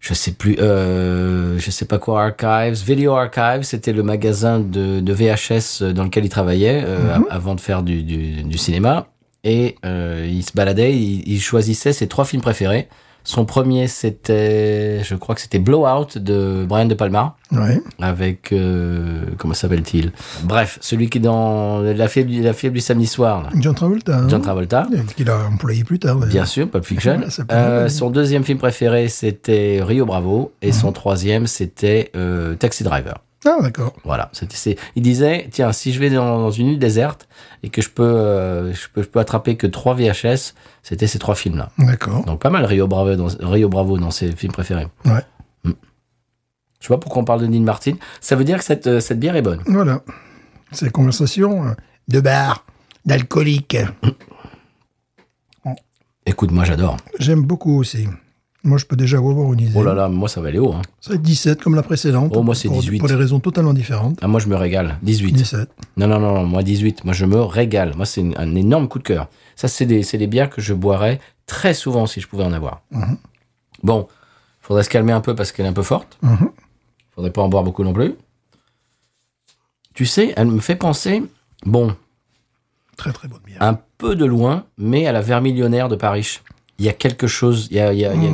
S1: je sais plus, euh, je sais pas quoi, Archives, Video Archives. C'était le magasin de, de VHS dans lequel il travaillait euh, a- avant de faire du, du, du cinéma. Et euh, il se baladait. Il, il choisissait ses trois films préférés. Son premier, c'était, je crois que c'était Blowout de Brian De Palma
S2: Ouais.
S1: avec euh, comment s'appelle-t-il Bref, celui qui est dans la fièvre du, la fièvre du samedi soir, là.
S2: John Travolta. hein.
S1: John Travolta,
S2: Qu'il a employé plus tard. d'ailleurs.
S1: bien sûr, Pulp Fiction.
S2: Ouais, c'est pas mal,
S1: Euh,
S2: hein.
S1: son deuxième film préféré, c'était Rio Bravo, et son troisième, c'était euh, Taxi Driver.
S2: Ah, d'accord.
S1: Voilà, c'était. c'est- Il disait, tiens, si je vais dans, dans une île déserte et que je peux, euh, je peux, je peux attraper que trois VHS, c'était ces trois films-là.
S2: D'accord.
S1: Donc pas mal Rio Bravo dans, Rio Bravo dans ses films préférés.
S2: Ouais.
S1: Mm. Je sais pas pourquoi on parle de Dean Martin. Ça veut dire que cette, euh, cette bière est bonne.
S2: Voilà. Ces conversations euh, de bar, d'alcoolique.
S1: Écoute, moi j'adore.
S2: J'aime beaucoup aussi. Moi, je peux déjà vous avoir une idée.
S1: Oh là là, moi ça va aller haut. Hein.
S2: Ça va être 17 comme la précédente.
S1: Oh, moi, c'est
S2: pour-
S1: 18.
S2: Pour des raisons totalement différentes.
S1: Ah, moi je me régale. 18.
S2: 17.
S1: Non, non, non, non, moi 18. Moi je me régale. Moi c'est une- un énorme coup de cœur. Ça, c'est des, c'est des bières que je boirais très souvent si je pouvais en avoir.
S2: Mhm.
S1: Bon, faudrait se calmer un peu parce qu'elle est un peu forte.
S2: Mhm.
S1: Faudrait pas en boire beaucoup non plus. Tu sais, elle me fait penser, bon,
S2: Très, très bonne bière.
S1: un peu de loin, mais à la vermillionnaire de Paris. Il y a quelque chose, il y a, il y a- il y a-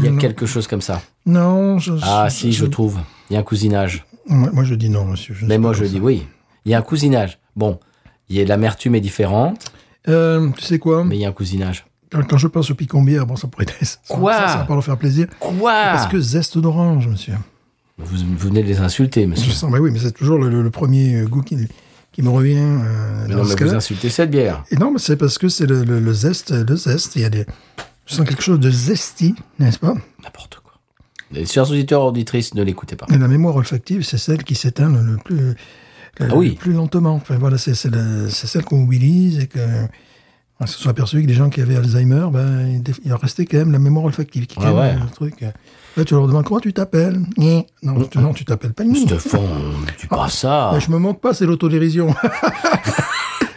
S1: il y a quelque chose comme ça.
S2: Non, je.
S1: Ah si, je trouve. Il y a un cousinage.
S2: Moi, moi, je dis non, monsieur. ne
S1: Mais
S2: suis
S1: moi,
S2: pas
S1: je
S2: comme
S1: dis oui. Il y a un cousinage. Bon, il y a l'amertume est différente,
S2: ça. Euh, tu sais quoi
S1: mais il y a un cousinage.
S2: quand, quand je pense au picombière, bon, ça pourrait être. ça-
S1: Quoi Ah.
S2: Ça, ça va pas leur faire plaisir.
S1: Quoi
S2: Parce que zeste d'orange, monsieur.
S1: vous, vous venez de les insulter,
S2: Je
S1: monsieur.
S2: sens, bah oui, mais c'est toujours le, le- le premier goût qui, qui me revient. euh,
S1: Mais
S2: dans
S1: non,
S2: ce
S1: mais
S2: cas-là.
S1: vous insultez cette bière.
S2: Et non, mais c'est parce que c'est le, le- le zeste, le zeste. Il y a des, je sens quelque chose de zesty, n'est-ce pas
S1: N'importe quoi. Les chers auditeurs, auditrices, ne l'écoutez pas.
S2: Et la mémoire olfactive, c'est celle qui s'éteint le, le plus, le- le
S1: Ah oui.
S2: plus lentement. Enfin, voilà, c'est c'est le- c'est celle qu'on mobilise et que on se soit aperçu que les gens qui avaient Alzheimer, ben, il, dé- il leur restait quand même la mémoire olfactive qui
S1: Ah
S2: calme
S1: ouais.
S2: le truc. Là, tu leur demandes comment tu t'appelles. Gné.
S1: Mm.
S2: Non, tu- non, tu t'appelles pas. Gné.
S1: Stéphane, tu pas ça.
S2: Ben, je me manque pas, c'est l'autodérision.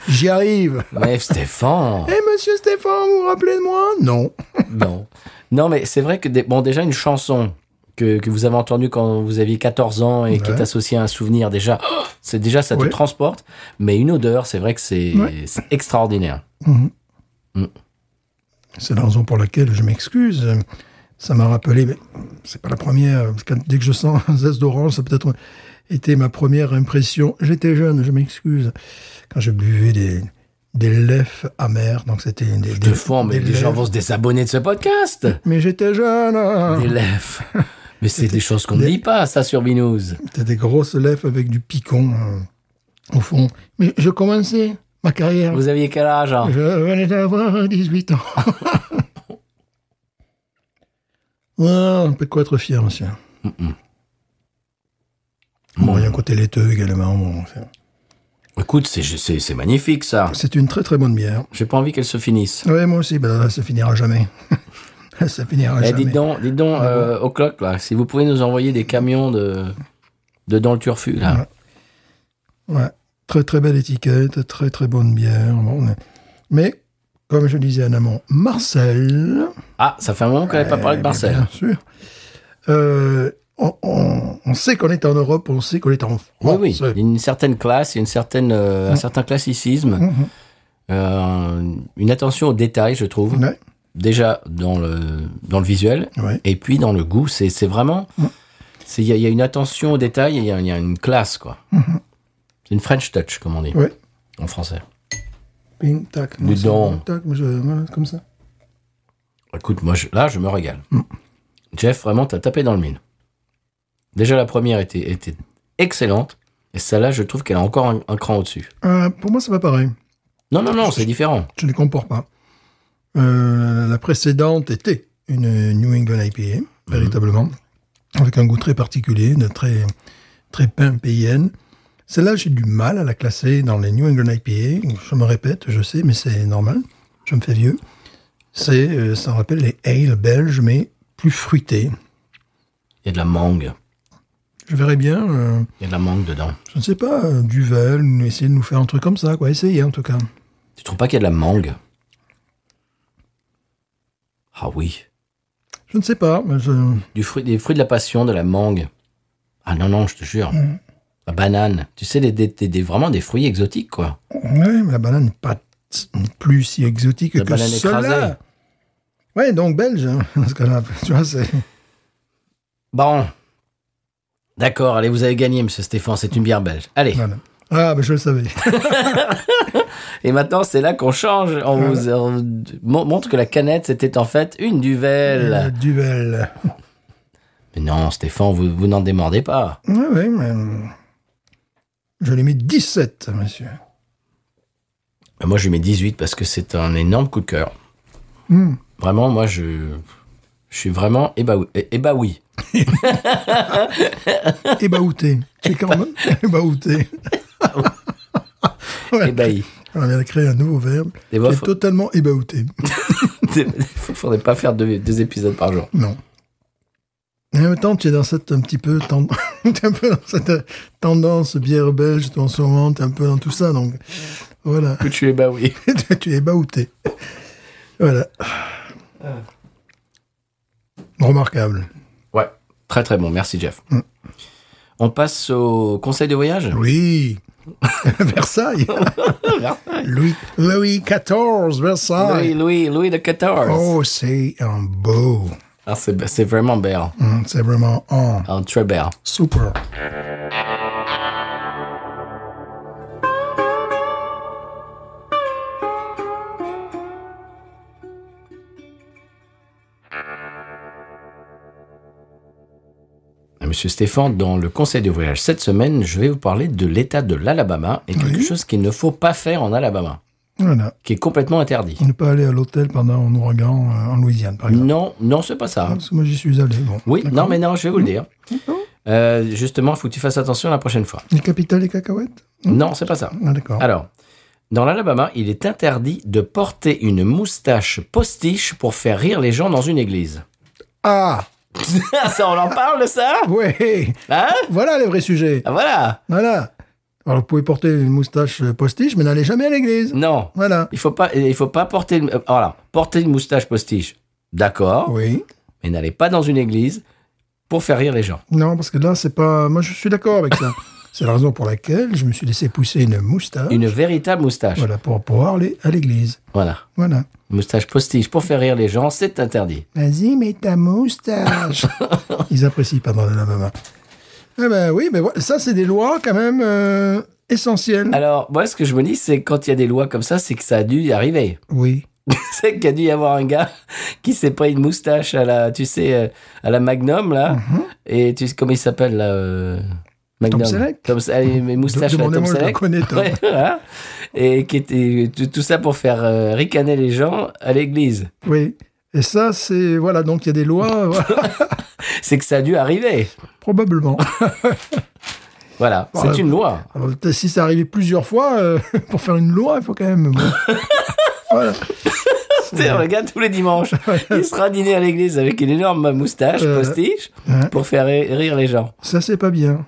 S2: J'y arrive.
S1: Mais Stéphane,
S2: Eh, monsieur Stéphane, vous vous rappelez de moi Non.
S1: non. Non, mais c'est vrai que, des- bon, déjà, une chanson que, que vous avez entendue quand vous aviez 14 ans et qui
S2: Ouais.
S1: est associée à un souvenir, déjà, oh, c'est déjà, ça te
S2: Ouais.
S1: transporte. Mais une odeur, c'est vrai que c'est
S2: Ouais.
S1: c'est extraordinaire.
S2: Mhm.
S1: Mm.
S2: C'est la raison pour laquelle je m'excuse. Ça m'a rappelé, mais c'est pas la première. Quand- dès que je sens un zeste d'orange, ça a peut-être été ma première impression. J'étais jeune, je m'excuse. Quand je buvais des, des lèvres amers, donc c'était des, des,
S1: Stéphane, mais
S2: des
S1: les gens
S2: lèvres.
S1: vont se désabonner de ce podcast.
S2: Mais j'étais jeune.
S1: Des lèvres. Mais c'est des choses qu'on ne
S2: des- Ah.
S1: dit pas, ça, sur Binous.
S2: C'était des grosses lèvres avec du picon euh, au fond. Mais je commençais ma carrière.
S1: Vous aviez quel âge hein
S2: Je venais d'avoir 18 ans. Ouais, Oh, on peut de quoi être fier, monsieur. Bon,
S1: Mm.
S2: il y a un côté laiteux également. bon, c'est-
S1: Écoute, c'est- c'est c'est magnifique, ça.
S2: C'est une très très bonne bière.
S1: J'ai pas envie qu'elle se finisse.
S2: Oui, moi aussi, ben, ça finira jamais. ça finira
S1: Eh,
S2: Ah, jamais.
S1: dites donc, dites donc euh, au clock, là, si vous pouvez nous envoyer des camions de, de dans le turfu, là.
S2: Ouais. Ouais. Très très belle étiquette, très très bonne bière. Bon, on est- Mais, comme je disais en amont, Marcel.
S1: Ah, ça fait un moment qu'on n'avait pas parlé de
S2: Eh bien,
S1: Marcel.
S2: Bien sûr. Euh, on, on- on sait qu'on est en Europe, on sait qu'on est en France.
S1: Oui, oui. Il y a une certaine classe, il y a une certaine,
S2: Mm.
S1: euh, un certain classicisme,
S2: Mhm.
S1: euh, une attention aux détails, je trouve.
S2: Ouais.
S1: Déjà dans le, dans le visuel,
S2: Ouais.
S1: Et puis dans le goût, c'est c'est vraiment. c'est- Il y, a- il y a une attention aux détails, et il y, a- il y a une classe, quoi. C'est une French touch, comme on dit
S2: Ouais.
S1: en français.
S2: Ping, tac.
S1: Dis donc.
S2: Tac, je- voilà, comme ça.
S1: Écoute, moi, je- là, je me régale. Jeff, vraiment, t'as tapé dans le mille. Déjà, la première était, était excellente. Et celle-là, je trouve qu'elle a encore un, un cran au-dessus.
S2: Euh, pour moi, c'est pas pareil.
S1: Non, non, non, c'est différent.
S2: Je ne comprends pas. Euh, la précédente était une New England IPA, véritablement, avec un goût très particulier, de très, très pain PIN. Celle-là, j'ai du mal à la classer dans les New England IPA. Je me répète, je sais, mais c'est normal. Je me fais vieux. C'est, euh, ça rappelle les ale belges, mais plus fruitées.
S1: Il y a de la mangue.
S2: Je verrais bien, euh,
S1: Il y a de la mangue dedans.
S2: je ne sais pas, euh, Duvel, essayer de nous faire un truc comme ça, quoi. Essayez, en tout cas.
S1: Tu trouves pas qu'il y a de la mangue Ah oui.
S2: Je ne sais pas. mais je-
S1: Du fruit, des fruits de la passion, de la mangue. Ah non, non, je te jure. La banane. Tu sais, des, des- des- des- vraiment des fruits exotiques, quoi.
S2: Ouais, mais la banane n'est pas t- plus si exotique
S1: La
S2: que
S1: banane écrasée.
S2: celle-là. Ouais, donc belge. hein, parce que là, tu vois, c'est...
S1: Bon. D'accord, allez, vous avez gagné, monsieur Stéphane, c'est une bière belge. Allez.
S2: voilà. Ah, ben je le savais.
S1: Et maintenant, c'est là qu'on change. On
S2: Voilà.
S1: vous on mon- montre que la canette, c'était en fait une duvel.
S2: Le Duvel.
S1: Mais non, Stéphane, vous, vous n'en démordez pas.
S2: Ouais, Ah ouais, mais... euh, Je lui mets 17, monsieur.
S1: Euh, Moi, je lui mets 18 parce que c'est un énorme coup de cœur.
S2: Hmm.
S1: Vraiment, moi, je, je suis vraiment ébaoui. é- ébaoui.
S2: Ébaouté. C'est quand même... Ébaouté. ouais.
S1: Ébahi.
S2: On vient de créer un nouveau verbe.
S1: Des
S2: qui
S1: fois,
S2: est
S1: faut-
S2: totalement ébaouté.
S1: Il faudrait pas faire deux, deux épisodes par jour.
S2: Non. Et en même temps, tu es dans cette un petit peu, ten- t'es un peu dans cette euh, tendance bière belge, tu en ce moment, tu es un peu dans tout ça, donc voilà,
S1: Que tu ébaouis.
S2: tu es baouté. Voilà. Remarquable.
S1: Ouais. Très, très bon. Merci, Jeff.
S2: Mm.
S1: On passe au conseil de voyage
S2: Oui. Versailles. Ah, Louis, Louis XIV,
S1: Louis,
S2: Versailles.
S1: Louis, Louis de 14.
S2: Oh, c'est un beau.
S1: Ah, c'est be- c'est vraiment belle.
S2: Hum, C'est vraiment un
S1: Ah, très belle.
S2: super.
S1: Monsieur Stéphane, dans le conseil de voyage cette semaine, je vais vous parler de l'état de l'Alabama et quelque
S2: Oui.
S1: chose qu'il ne faut pas faire en Alabama,
S2: Voilà.
S1: qui est complètement interdit.
S2: On n'est pas allé à l'hôtel pendant un ouragan euh, en Louisiane, par exemple.
S1: Non, non, c'est pas ça.
S2: Ah, Parce que moi, j'y suis allé. Bon.
S1: Oui, non,
S2: D'accord. Mm.
S1: mais non, je vais vous le dire. Euh, justement, il faut que tu fasses attention la prochaine fois.
S2: Les capitales et cacahuètes
S1: Non, c'est pas ça.
S2: Ah, d'accord.
S1: Alors, dans l'Alabama, il est interdit de porter une moustache postiche pour faire rire les gens dans une église.
S2: Ah,
S1: ça, on en parle de ça
S2: ouais
S1: Hein
S2: Voilà les vrais sujets.
S1: Ah, Voilà
S2: Voilà. Alors, vous pouvez porter une moustache euh, postiche, mais n'allez jamais à l'église.
S1: Non,
S2: Voilà.
S1: il faut pas, il faut pas porter, une- euh, voilà, porter une moustache postiche. D'accord,
S2: Oui.
S1: mais n'allez pas dans une église pour faire rire les gens.
S2: Non, parce que là, c'est pas. Moi, je suis d'accord avec ça. c'est la raison pour laquelle je me suis laissé pousser une moustache.
S1: Une véritable moustache.
S2: Voilà, pour pouvoir aller à l'église.
S1: Voilà.
S2: Voilà.
S1: Une moustache postiche pour faire rire les gens, c'est interdit.
S2: Vas-y, mets ta moustache. Ils apprécient pas mal la maman. Eh ben oui, mais voilà, ça, c'est des lois quand même euh, essentielles.
S1: Alors, moi, ce que je me dis, c'est que quand il y a des lois comme ça, c'est que ça a dû y arriver.
S2: Oui.
S1: c'est qu'il y a dû y avoir un gars qui s'est pris une moustache à la, tu sais, euh, à la Magnum, là.
S2: Mhm.
S1: Et tu sais, comment il s'appelle, là euh, Magnum.
S2: Selleck
S1: Tom Se- allez, mes moustaches, là, Tom
S2: Demandez-moi, je le
S1: Selleck.
S2: connais, Tom.
S1: Ouais, voilà. Et qui était, tout, tout ça pour faire euh, ricaner les gens à l'église.
S2: Oui. Et ça, c'est. Voilà, donc il y a des lois, voilà,
S1: C'est que ça a dû arriver.
S2: probablement.
S1: Voilà,
S2: Voilà.
S1: c'est une loi.
S2: Alors, peut-être si ça arrivait plusieurs fois, euh, pour faire une loi, il faut quand même. bon. voilà.
S1: C'est-à-dire, le gars, tous les dimanches, il sera dîné à l'église avec une énorme moustache
S2: Euh,
S1: postiche
S2: ouais.
S1: pour faire ri- rire les gens.
S2: Ça, c'est pas bien.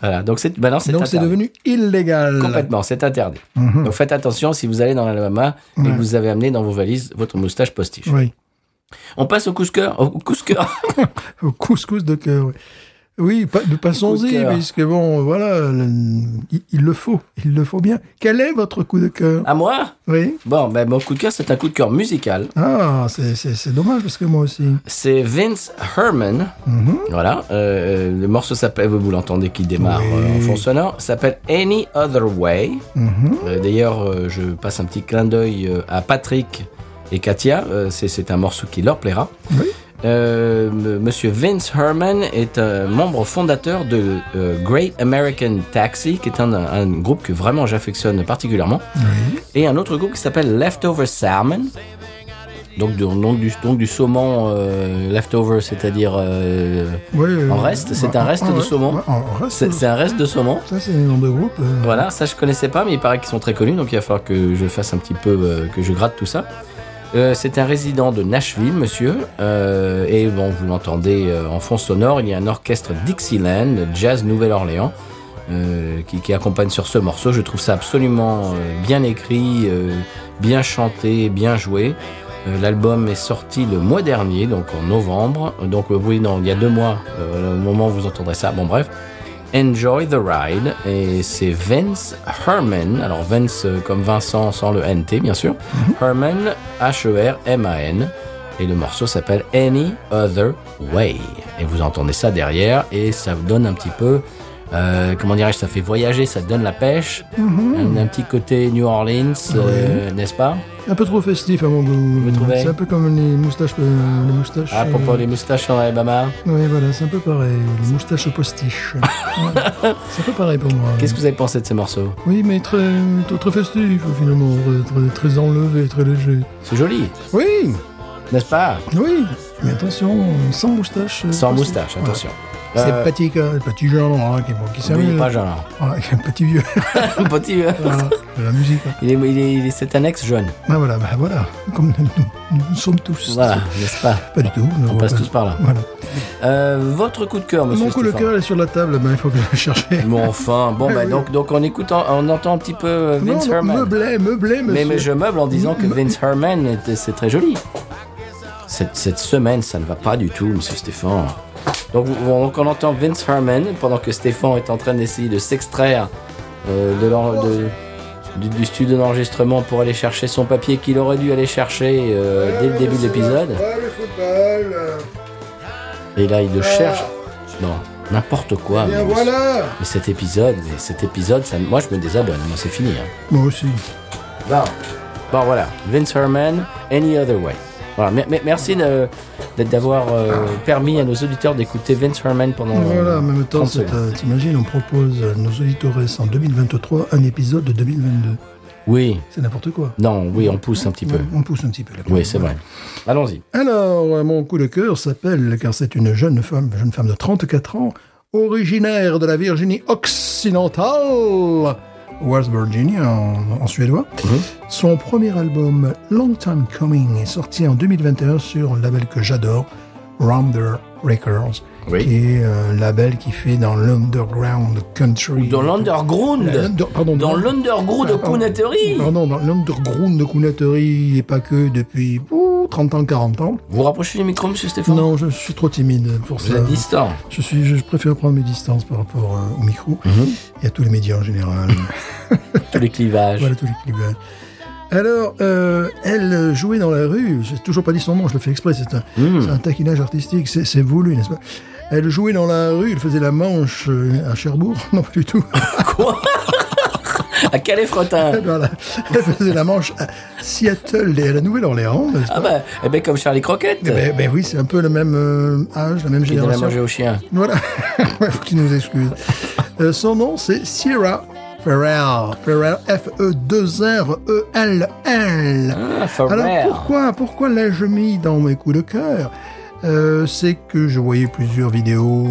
S1: Voilà, donc c'est maintenant c'est
S2: Donc, c'est
S1: interdit.
S2: devenu illégal.
S1: Complètement, c'est interdit. Donc faites attention si vous allez dans l'Alabama et que
S2: Ouais.
S1: vous avez amené dans vos valises votre moustache postiche.
S2: Oui.
S1: On passe au cousceur. Au cousceur.
S2: Au couscous de cœur. Oui, oui pa- de
S1: Coup de
S2: passons-y,
S1: cœur.
S2: puisque bon, voilà, le- il, il le faut. Il le faut bien. Quel est votre coup de cœur
S1: à moi
S2: Oui.
S1: Bon, ben, mon coup de cœur, c'est un coup de cœur musical.
S2: Ah, c'est- c'est c'est dommage, parce que moi aussi.
S1: C'est Vince Herman.
S2: Mhm.
S1: Voilà. euh, le morceau s'appelle, vous, vous l'entendez qui démarre
S2: Oui.
S1: euh, en fond sonore, s'appelle Any Other Way.
S2: Mhm.
S1: Euh, D'ailleurs, euh, je passe un petit clin d'œil euh, à Patrick et Katia. Euh, c'est- c'est un morceau qui leur plaira.
S2: Oui.
S1: Euh, m- Monsieur Vince Herman est un membre fondateur de euh, Great American Taxi, qui est un, un groupe que vraiment j'affectionne particulièrement, et un autre groupe qui s'appelle Leftover Salmon. Donc, du- donc, du, donc du saumon euh, leftover, c'est-à-dire euh,
S2: Ouais, euh,
S1: En reste, c'est
S2: ouais,
S1: un reste
S2: ouais,
S1: de
S2: ouais,
S1: saumon.
S2: ouais, en reste.
S1: c'est c'est un reste de saumon.
S2: Ça, c'est le nom de groupe. euh,
S1: Voilà, ça je connaissais pas, mais il paraît qu'ils sont très connus, donc il va falloir que je fasse un petit peu, euh, que je gratte tout ça. Euh, c'est un résident de Nashville, monsieur, euh, et bon, vous l'entendez euh, en fond sonore, il y a un orchestre Dixieland, le jazz Nouvelle-Orléans, euh, qui, qui accompagne sur ce morceau. Je trouve ça absolument euh, bien écrit, euh, bien chanté, bien joué. Euh, L'album est sorti le mois dernier, donc en novembre. Donc euh, oui, non, il y a deux mois, euh, au moment où vous entendrez ça. Bon bref, Enjoy the Ride et c'est Vince Herman. Alors Vince euh, comme Vincent sans le NT bien sûr. Herman E H-E-R-M-A-N et le morceau s'appelle Any Other Way. Et vous entendez ça derrière et ça vous donne un petit peu euh, comment dirais-je, ça fait voyager, ça donne la pêche, un, un petit côté New Orleans, euh, n'est-ce pas
S2: Un peu trop festif à mon goût.
S1: Vous trouvez Ah,
S2: C'est un peu comme les moustaches. euh, les moustaches
S1: À propos des moustaches en Alabama,
S2: Oui, voilà, c'est un peu pareil. Les moustaches au postiche. Ouais. C'est un peu pareil pour moi.
S1: qu'est-ce que vous avez pensé de ces morceaux
S2: Oui, mais très, très festif, finalement. Très, très enlevé, très léger.
S1: C'est joli,
S2: Oui,
S1: n'est-ce pas
S2: oui. Mais attention, sans moustache. euh,
S1: Sans
S2: postiche.
S1: moustache,
S2: Voilà.
S1: attention.
S2: C'est
S1: Euh,
S2: le petit, gars, le petit jeune là, qui, qui
S1: oui,
S2: s'amuse.
S1: pas genre.
S2: Voilà, un petit vieux.
S1: Petit, euh,
S2: Voilà, de la musique. hein.
S1: Il est, il est, il est- c'est un ex-jeune.
S2: Ah, voilà, bah, voilà. Comme nous, nous sommes tous.
S1: Voilà, n'est-ce pas
S2: Pas du tout.
S1: On passe tous par là.
S2: Voilà.
S1: Euh, votre coup de cœur, monsieur
S2: Mon coup de
S1: Stéphane.
S2: cœur est sur la table, ben, il faut que je le cherche.
S1: Bon, enfin, bon,
S2: Eh
S1: bah,
S2: oui.
S1: donc, donc on écoute, en- on entend un petit peu euh,
S2: Non,
S1: Vince
S2: non,
S1: Herman.
S2: meublé, meublé,
S1: mais,
S2: monsieur.
S1: mais je meuble en disant que
S2: Me-
S1: Vince Herman, était- c'est très joli. Cette, cette semaine, ça ne va pas du tout, monsieur Stéphane. Donc, vous- donc, on entend Vince Herman pendant que Stéphane est en train d'essayer de s'extraire euh, de l'en- de- du, du studio d'enregistrement pour aller chercher son papier qu'il aurait dû aller chercher euh, dès le début de l'épisode.
S2: Le football, euh.
S1: Et là, il le cherche. Non, n'importe quoi. mais
S2: voilà
S1: mais cet épisode, mais cet épisode, ça, moi je me désabonne, moi c'est fini. hein.
S2: Moi aussi.
S1: Bon. Bon, voilà, Vince Herman, Any Other Way. Voilà, mer- mer- merci de- de- d'avoir euh, permis à nos auditeurs d'écouter Vince Herman pendant. euh,
S2: Voilà, en même temps,
S1: 30
S2: c'est,
S1: secondes.
S2: euh, t'imagines, on propose à nos auditeurs en 2023 un épisode de 2022.
S1: Oui,
S2: C'est n'importe quoi.
S1: non, oui, on pousse un petit peu.
S2: Ouais, On pousse un petit peu là.
S1: Oui, c'est vrai. Allons-y.
S2: Alors, euh, mon coup de cœur s'appelle, car c'est une jeune femme, jeune femme de 34 ans, originaire de la Virginie occidentale, West Virginia en, en suédois.
S1: Mhm.
S2: Son premier album, Long Time Coming, est sorti en 2021 sur un label que j'adore, Rounder Records,
S1: Oui.
S2: qui est un label qui fait dans l'underground country.
S1: Dans l'underground,
S2: L'under- pardon,
S1: dans
S2: non.
S1: l'underground de
S2: Ah, pardon.
S1: Kunateri.
S2: Pardon, dans l'underground de Kunateri, et pas que depuis ouh, 30 ans, 40 ans.
S1: Vous rapprochez du micro, monsieur Stéphane
S2: Non, je suis trop timide pour
S1: Vous
S2: ça.
S1: êtes distant.
S2: Je, suis, je préfère prendre mes distances par rapport euh, au micro
S1: Mhm.
S2: et à tous les médias en général.
S1: Tous les clivages.
S2: voilà tous les clivages. Alors, euh, elle jouait dans la rue, j'ai toujours pas dit son nom, je le fais exprès, c'est un,
S1: Mhm.
S2: c'est un taquinage artistique, c'est c'est voulu, n'est-ce pas Elle jouait dans la rue, elle faisait la manche euh, à Cherbourg, non pas du tout,
S1: Quoi À calais fretin
S2: Voilà. elle faisait la manche à Seattle et à la Nouvelle-Orléans, n'est-ce
S1: Ah
S2: pas
S1: bah, eh ben comme Charlie Croquette.
S2: Eh ben, ben oui, c'est un peu le même euh, âge, la même
S1: Qui donne à
S2: génération.
S1: manger aux chiens.
S2: Voilà. Il faut qu'il nous excuse. Euh, son nom, c'est Sierra Ferrell. Ferrell, F-E-2-R-E-L-L.
S1: Ah,
S2: E Alors,
S1: Ferrer.
S2: pourquoi, pourquoi l'ai-je mis dans mes coups de cœur Euh, C'est que je voyais plusieurs vidéos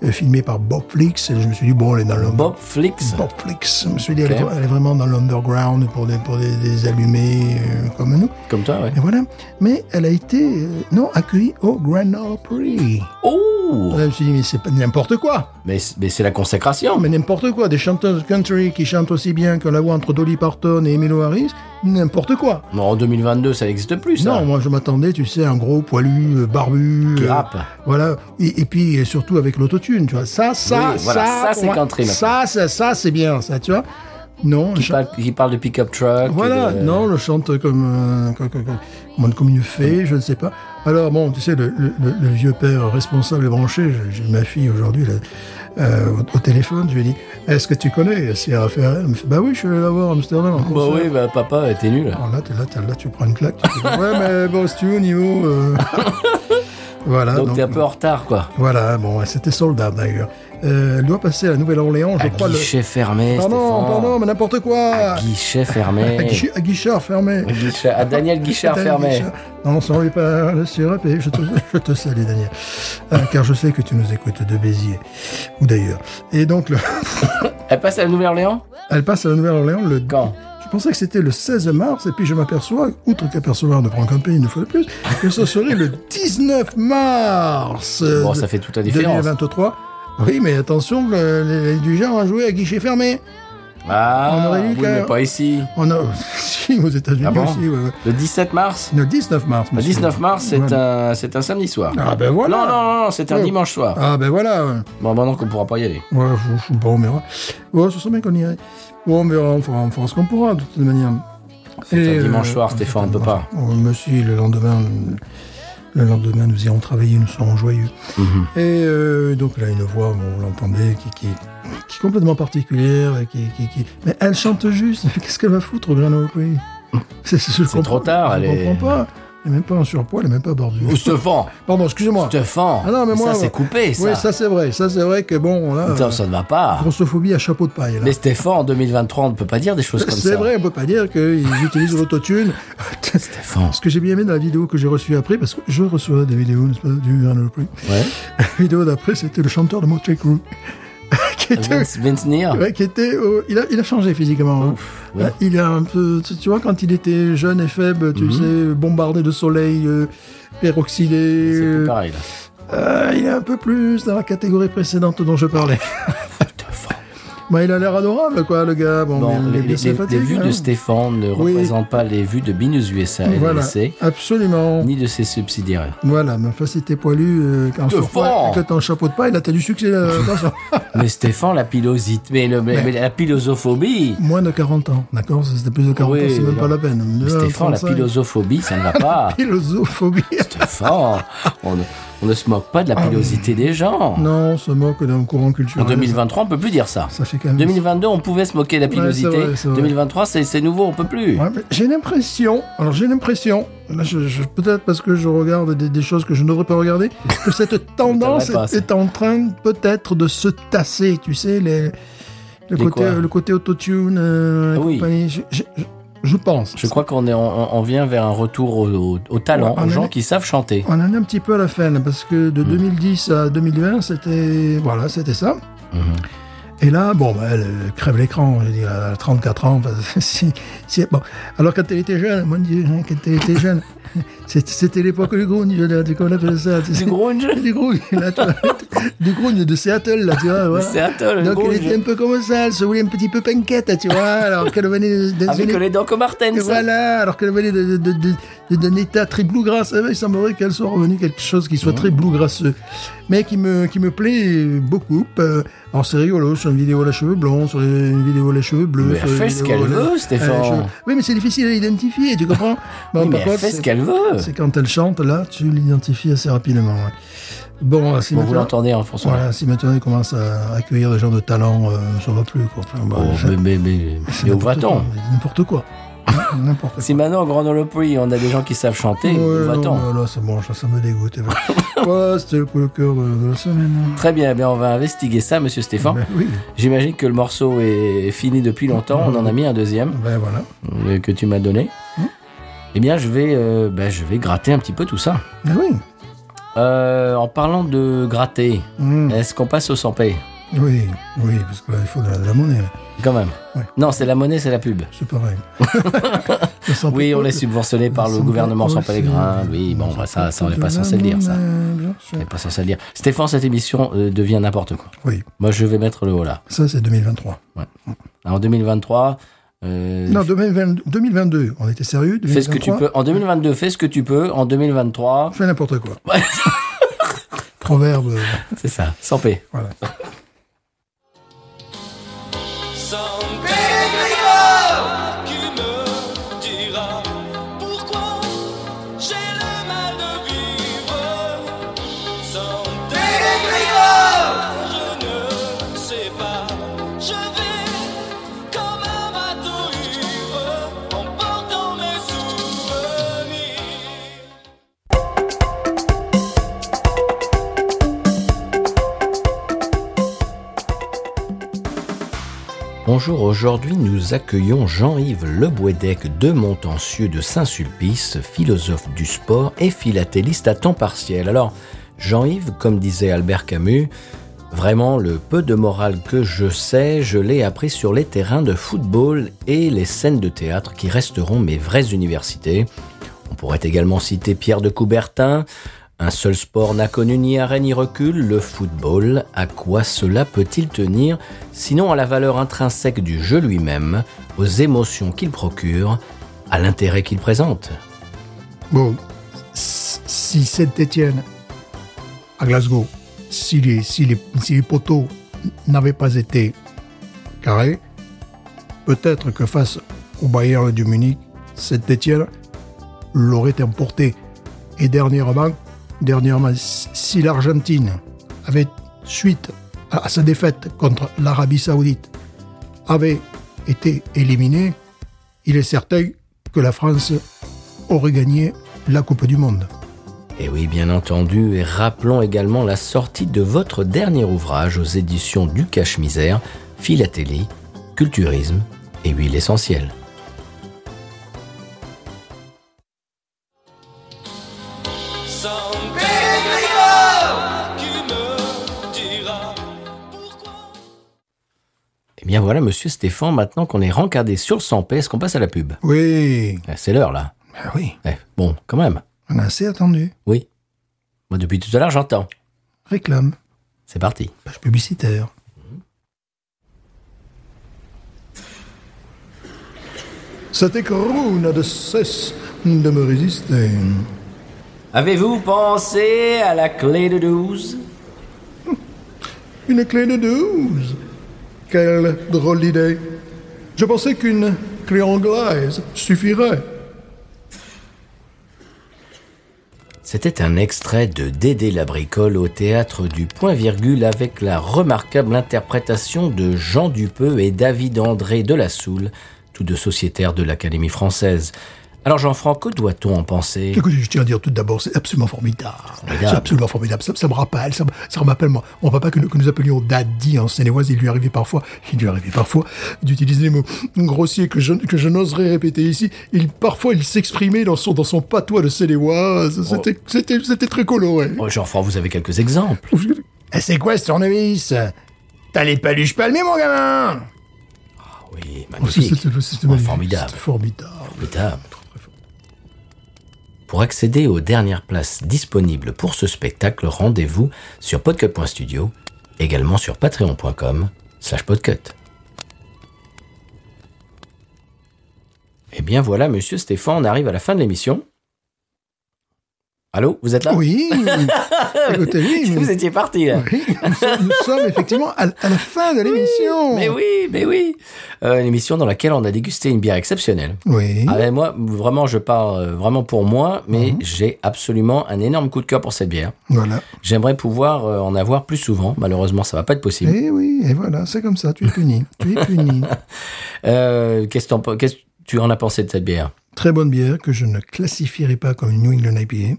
S2: euh, filmées par Bob Flix et je me suis dit, bon, elle est dans le...
S1: Bob Flix.
S2: Bob Flix. Je me suis dit, elle, est,
S1: Ok.
S2: elle est vraiment dans l'underground pour des, pour des, des allumés euh, comme nous.
S1: Comme toi, ouais.
S2: Et voilà. Mais elle a été, euh, non, accueillie au Grand Ole Prix.
S1: Oh
S2: Là, je me suis dit, mais c'est pas n'importe quoi.
S1: Mais, mais c'est la consécration.
S2: Non, mais n'importe quoi. Des chanteuses country qui chantent aussi bien que la voix entre Dolly Parton et Emilio Harris, n'importe quoi.
S1: Non, en 2022, ça n'existe plus, ça.
S2: Non, moi je m'attendais, tu sais, un gros poilu, euh, barbu.
S1: Qui
S2: euh,
S1: rappe.
S2: Voilà. Et, et puis euh, surtout avec l'autotune, tu vois. Ça, ça,
S1: Oui, voilà, ça,
S2: ça.
S1: c'est
S2: ouais,
S1: country, maintenant.
S2: Ça, ça, ça, c'est bien, ça, tu vois. Non,
S1: Qui
S2: je-
S1: parle, qui parle de pick-up truck.
S2: Voilà,
S1: de-
S2: non, le chante comme, euh, comme, comme- comme- comme une fée, je ne sais pas. Alors bon, tu sais, le, le- le- le vieux père responsable et branché, j'ai- j'ai ma fille aujourd'hui là, euh, au, au téléphone, je lui ai dit, est-ce que tu connais Sierra Ferrel Elle me fait, bah oui, je suis allé la voir à Amsterdam en
S1: Bah
S2: concert.
S1: oui, bah papa, t'es nul.
S2: Alors là, t'es là, t'es là, tu prends une claque. tu te dis, ouais, mais bon, si tu veux, au niveau... euh, voilà.
S1: Donc t'es un peu en retard, quoi.
S2: Voilà, bon, c'était soldat d'ailleurs. Euh, elle doit passer à la Nouvelle-Orléans, je crois. le-
S1: Guichet fermé,
S2: Pardon,
S1: Stéphane.
S2: pardon, Ah, mais n'importe quoi.
S1: Guichet
S2: À
S1: fermé.
S2: Guiche- à Guichard fermé.
S1: Guichet- à Daniel Guichard
S2: Ah, Daniel
S1: fermé.
S2: Guichard. Non, sans lui parle sur un pays. Je te, je te salue, Daniel. Euh, car je sais que tu nous écoutes de Béziers. Ou d'ailleurs. Et donc, le-
S1: Elle passe à la Nouvelle-Orléans
S2: elle passe à la Nouvelle-Orléans le
S1: Quand
S2: Je pensais que c'était le 16 mars, et puis je m'aperçois, outre qu'apercevoir ne prend qu'un pays une fois de plus, que ce serait le 19 mars. euh,
S1: Bon,
S2: de-
S1: ça fait toute la différence.
S2: 2023. Oui, mais attention, le- les, les du genre ont joué à guichet fermé. On
S1: Ah,
S2: aurait dit
S1: oui,
S2: que-
S1: mais pas ici.
S2: On a si, aux États-Unis
S1: Ah bon
S2: aussi. ouais, ouais.
S1: Le 17 mars
S2: Le 19 mars.
S1: Le
S2: monsieur.
S1: 19 mars, c'est
S2: Voilà.
S1: un, c'est un samedi soir.
S2: Ah ben voilà.
S1: Non, non, non, non, c'est un
S2: Ouais.
S1: dimanche soir.
S2: Ah ben voilà. ouais.
S1: Bon, maintenant qu'on pourra pas y aller.
S2: Ouais, je- je- bon, on verra. Ouais, ce serait bien qu'on irait. Bon, on verra, on fera, on fera ce qu'on pourra, de toute manière.
S1: C'est
S2: Et,
S1: un dimanche
S2: euh,
S1: soir,
S2: c'est
S1: Stéphane,
S2: un
S1: on peut
S2: dimanche-
S1: pas.
S2: Oh, mais si, le lendemain, le lendemain, nous irons travailler, nous serons joyeux.
S1: Mhm.
S2: Et euh, donc, là, une voix, bon, vous l'entendez, qui, qui, qui est complètement particulière. et Qui, qui, qui... Mais elle chante juste. Qu'est-ce qu'elle va foutre, au Prix C'est c'est- je
S1: C'est
S2: comprends-
S1: trop tard, elle
S2: Je
S1: est-
S2: comprends pas. Elle n'est même pas en surpoids, elle n'est même pas bordure.
S1: Ou Stéphane
S2: Pardon, excusez-moi.
S1: Stéphane
S2: Ah non, mais moi,
S1: Ça, c'est coupé, ça.
S2: Oui, ça, c'est vrai. Ça, c'est vrai que bon, là.
S1: Putain,
S2: euh,
S1: ça ne va pas.
S2: Grossophobie à chapeau de paille, là.
S1: Mais Stéphane, en 2023, on ne peut pas dire des choses comme ça.
S2: C'est vrai, on peut pas dire qu'ils utilisent l'autotune.
S1: Stéphane.
S2: Ce que j'ai bien aimé dans la vidéo que j'ai reçue après, parce que je reçois des vidéos, n'est-ce pas, du Grand Prix.
S1: Ouais.
S2: La vidéo d'après, c'était le chanteur de Motley Crue. qui était,
S1: Vince, Vince Neil.
S2: ouais, qui était au- il, a, il a changé physiquement. hein.
S1: ouais.
S2: Il a un peu, tu tu vois, quand il était jeune et faible,
S1: Mhm.
S2: tu sais, bombardé de soleil, euh, peroxydé.
S1: C'est plus
S2: euh,
S1: pareil, là.
S2: euh, il est un peu plus dans la catégorie précédente dont je parlais.
S1: Stéphane.
S2: Bah, il a l'air adorable, quoi, le gars. Bon,
S1: Bon,
S2: mais il est
S1: les,
S2: bien
S1: les- les
S2: sympathique,
S1: vues
S2: hein.
S1: de Stéphane ne
S2: Oui.
S1: représentent pas les vues de Binus USA et
S2: Voilà, absolument.
S1: ni de ses subsidiaires.
S2: Voilà, mais enfin, si t'es poilu, euh, quand
S1: Te
S2: sur
S1: vends.
S2: que t'as un chapeau de paille, là, t'as du succès. euh, attention.
S1: Mais Stéphane, la pilosite, mais, le- mais-
S2: Mais-
S1: mais la pilosophobie.
S2: Moins de 40 ans, d'accord C'était plus de 40
S1: Oui,
S2: ans, c'est même
S1: non.
S2: pas la peine.
S1: Mais
S2: Euh,
S1: Stéphane, la
S2: 35,
S1: pilosophobie, ça ne va pas.
S2: Philosophobie.
S1: Stéphane, on, ne- on ne se moque pas de la pilosité des gens.
S2: Ah, non, on se moque d'un courant
S1: En
S2: culturel.
S1: 2023, on peut plus dire ça.
S2: Ça fait quand même.
S1: 2022, on pouvait se moquer de la
S2: Ouais, c'est
S1: pilosité.
S2: vrai, c'est vrai.
S1: 2023, c'est c'est nouveau, on peut plus.
S2: Ouais, mais j'ai l'impression, alors j'ai l'impression, là, je- je- peut-être parce que je regarde des, des choses que je ne devrais pas regarder, que cette tendance
S1: devrais pas,
S2: est, est en train peut-être de se tasser, tu sais, les, le,
S1: Les
S2: côté,
S1: quoi
S2: le côté autotune euh, et
S1: Ah oui.
S2: compagnie. Je, je- je- je pense.
S1: Je crois qu'on est, on, on vient vers un retour au, au- au talent,
S2: Ouais, Ah, on
S1: aux
S2: est-
S1: gens qui savent chanter.
S2: On en est un petit peu à la fin, là, parce que
S1: Mm.
S2: de 2010 à 2020, c'était voilà, c'était ça.
S1: Mhm.
S2: Et là, bon, bah, elle euh, crève l'écran, je veux dire, à 34 ans. bah, si, si- bon. Alors, quand elle était jeune, mon Dieu, hein, quand elle était jeune, c'était- c'était l'époque du grunge, là, tu- comment on appelle ça tu sais,
S1: Du grunge
S2: Du grunge, là, tu vois, du grunge de Seattle, là, tu vois. voilà.
S1: C'est Seattle, le
S2: Donc,
S1: grunge.
S2: elle était un peu comme ça, elle se voulait un petit peu penquette, tu vois, alors qu'elle venait des
S1: Avec
S2: unis
S1: les dents comme
S2: et
S1: Martens.
S2: voilà, alors qu'elle venait de- de- de- de- d'un état très bluegrass, Eh ben, il semblerait qu'elle soit revenue quelque chose qui soit très bluegrasseux, mais qui me, qui me plaît beaucoup. Euh, Alors c'est rigolo, sur une vidéo à la cheveux blonds, sur une vidéo à la cheveux bleus.
S1: Mais
S2: sur
S1: elle
S2: une
S1: fait ce
S2: vidéo à
S1: qu'elle veut,
S2: la- à la cheveux- Euh,
S1: Stéphane.
S2: Oui, mais c'est difficile à identifier, tu comprends Bon,
S1: Oui, mais
S2: par
S1: elle
S2: contre,
S1: fait ce
S2: c'est-
S1: qu'elle veut.
S2: C'est quand elle chante, là, tu l'identifies assez rapidement. ouais. Bon, si
S1: Bon, vous
S2: maintenant,
S1: l'entendez hein, en français.
S2: voilà, si maintenant elle commence à accueillir des gens de talent, euh, ça va plus. Quoi. Enfin, bah,
S1: Oh,
S2: ça-
S1: mais, mais, mais,
S2: c'est
S1: mais où
S2: n'importe
S1: va-t-on
S2: quoi, mais N'importe quoi. N'importe quoi.
S1: Si maintenant, au Grand Ole Prix, on a des gens qui savent chanter, où
S2: Ouais,
S1: va-t-on
S2: non, mais Là, c'est bon, ça, ça me dégoûte. et voilà. voilà, c'était le coup de cœur de, de la semaine.
S1: Très bien, eh bien, on va investiguer ça, monsieur Stéphane.
S2: Ben oui,
S1: J'imagine que le morceau est fini depuis longtemps. On en a mis un deuxième
S2: ben voilà.
S1: euh, que tu m'as donné.
S2: Hein
S1: Eh bien, je vais, euh, ben, je vais gratter un petit peu tout ça.
S2: Ben oui.
S1: Euh, en parlant de gratter,
S2: Mm.
S1: est-ce qu'on passe au 100 p
S2: Oui, oui, parce que là, il faut de la, de la monnaie. là.
S1: Quand même.
S2: Ouais.
S1: Non, c'est la monnaie, c'est la pub.
S2: C'est pareil. Ça sent
S1: Oui,
S2: pas-
S1: on est subventionné par le
S2: ça sent
S1: gouvernement
S2: pas-
S1: sans
S2: ouais,
S1: pèlerin.
S2: c'est-
S1: Oui, bon, bah, ça, ça, on n'est
S2: de
S1: pas
S2: la
S1: censé le dire, ça.
S2: monnaie, bien sûr.
S1: On n'est pas censé le dire. Stéphane, cette émission euh, devient n'importe quoi.
S2: Oui,
S1: Moi, je vais mettre le haut là.
S2: ça, c'est 2023.
S1: En 2023, euh,
S2: Non, 2020 2022, on était sérieux.
S1: fais ce que tu
S2: 2023,
S1: peux. En 2022, fais ce que tu peux. En 2023,
S2: Fais n'importe quoi. Proverbe. euh,
S1: c'est ça, sans paix.
S2: Voilà.
S4: Some big
S1: Bonjour, aujourd'hui nous accueillons Jean-Yves Lebouédec de Montancieux de Saint-Sulpice, philosophe du sport et philatéliste à temps partiel. Alors, Jean-Yves, comme disait Albert Camus, vraiment le peu de morale que je sais, je l'ai appris sur les terrains de football et les scènes de théâtre qui resteront mes vraies universités. On pourrait également citer Pierre de Coubertin. Un seul sport n'a connu ni arrêt ni recul, le football. À quoi cela peut-il tenir Sinon à la valeur intrinsèque du jeu lui-même, aux émotions qu'il procure, à l'intérêt qu'il présente.
S2: Bon, si Saint-Étienne, à Glasgow, si les, si les, si les poteaux n'avaient pas été carrés, peut-être que face au Bayern de Munich, Saint-Étienne l'aurait emporté. Et dernièrement, dernièrement, si l'Argentine avait, suite à sa défaite contre l'Arabie Saoudite, avait été éliminée, il est certain que la France aurait gagné la Coupe du Monde.
S1: Et Eh oui, bien entendu, et rappelons également la sortie de votre dernier ouvrage aux éditions du Cache-Misère, Philatélie, Culturisme et Huile essentielle.
S4: Sans Pellegrino, qui me dira pourquoi
S1: Eh bien voilà, monsieur Stéphane, maintenant qu'on est rencardé sur le 100p, est-ce qu'on passe à la pub
S2: Oui,
S1: Ah, C'est l'heure là.
S2: ben oui,
S1: Eh, bon, quand même.
S2: on a assez attendu.
S1: Oui. Moi, depuis tout à l'heure, j'entends.
S2: Réclame,
S1: C'est parti.
S2: page publicitaire. Cet écrou n'a de cesse de me résister.
S1: Avez-vous pensé à la clé de 12
S2: Une clé de 12 Quelle drôle d'idée Je pensais qu'une clé anglaise suffirait.
S1: C'était un extrait de Dédé la bricole au théâtre du Point Virgule avec la remarquable interprétation de Jean Dupeux et David André de la Soule, tous deux sociétaires de l'Académie française. Alors Jean-Franck, que doit-on en penser
S2: Écoutez, je tiens à dire tout d'abord, c'est absolument formidable. C'est
S1: Formidable.
S2: absolument formidable. Ça, ça me rappelle, ça, me- ça me rappelle mon, mon papa que nous, que nous appelions Daddy en Seine-et-Oise. Il lui arrivait parfois, il lui arrivait parfois d'utiliser des mots grossiers que je, que je n'oserais répéter ici. Il, parfois, il s'exprimait dans son, dans son patois de Seine-et-Oise. C'était, c'était, c'était très coloré.
S1: Oh, Jean-Franck, vous avez quelques exemples.
S2: Eh, c'est quoi ce tournevis T'as les paluches palmées, mon gamin
S1: Ah oui,
S2: Oh, c'est-
S1: magnifique.
S2: c'est- c'est- c'est
S1: Oh,
S2: magnifique,
S1: formidable.
S2: c'est formidable.
S1: Formidable. Pour accéder aux dernières places disponibles pour ce spectacle, rendez-vous sur podcut.studio, également sur patreon.com slash podcut. Eh bien voilà, monsieur Stéphane, on arrive à la fin de l'émission. Allô, vous êtes là
S2: Oui. Écoutez, oui.
S1: Vous étiez parti là
S2: Oui, nous sommes, nous sommes effectivement à, à la fin de l'émission.
S1: Mais oui, mais oui Euh, Une émission dans laquelle on a dégusté une bière exceptionnelle.
S2: Oui. Mhm.
S1: Ah ben, moi, vraiment, je parle euh, vraiment pour moi, mais j'ai absolument un énorme coup de cœur pour cette bière.
S2: Voilà.
S1: J'aimerais pouvoir euh, en avoir plus souvent. Malheureusement, ça va pas être possible.
S2: Et Eh oui, et voilà, c'est comme ça, tu es puni. tu es puni.
S1: Euh, Qu'est-ce t'en pe- qu'est-ce que tu en as pensé de cette bière
S2: Très bonne bière que je ne classifierai pas comme une New England IPA,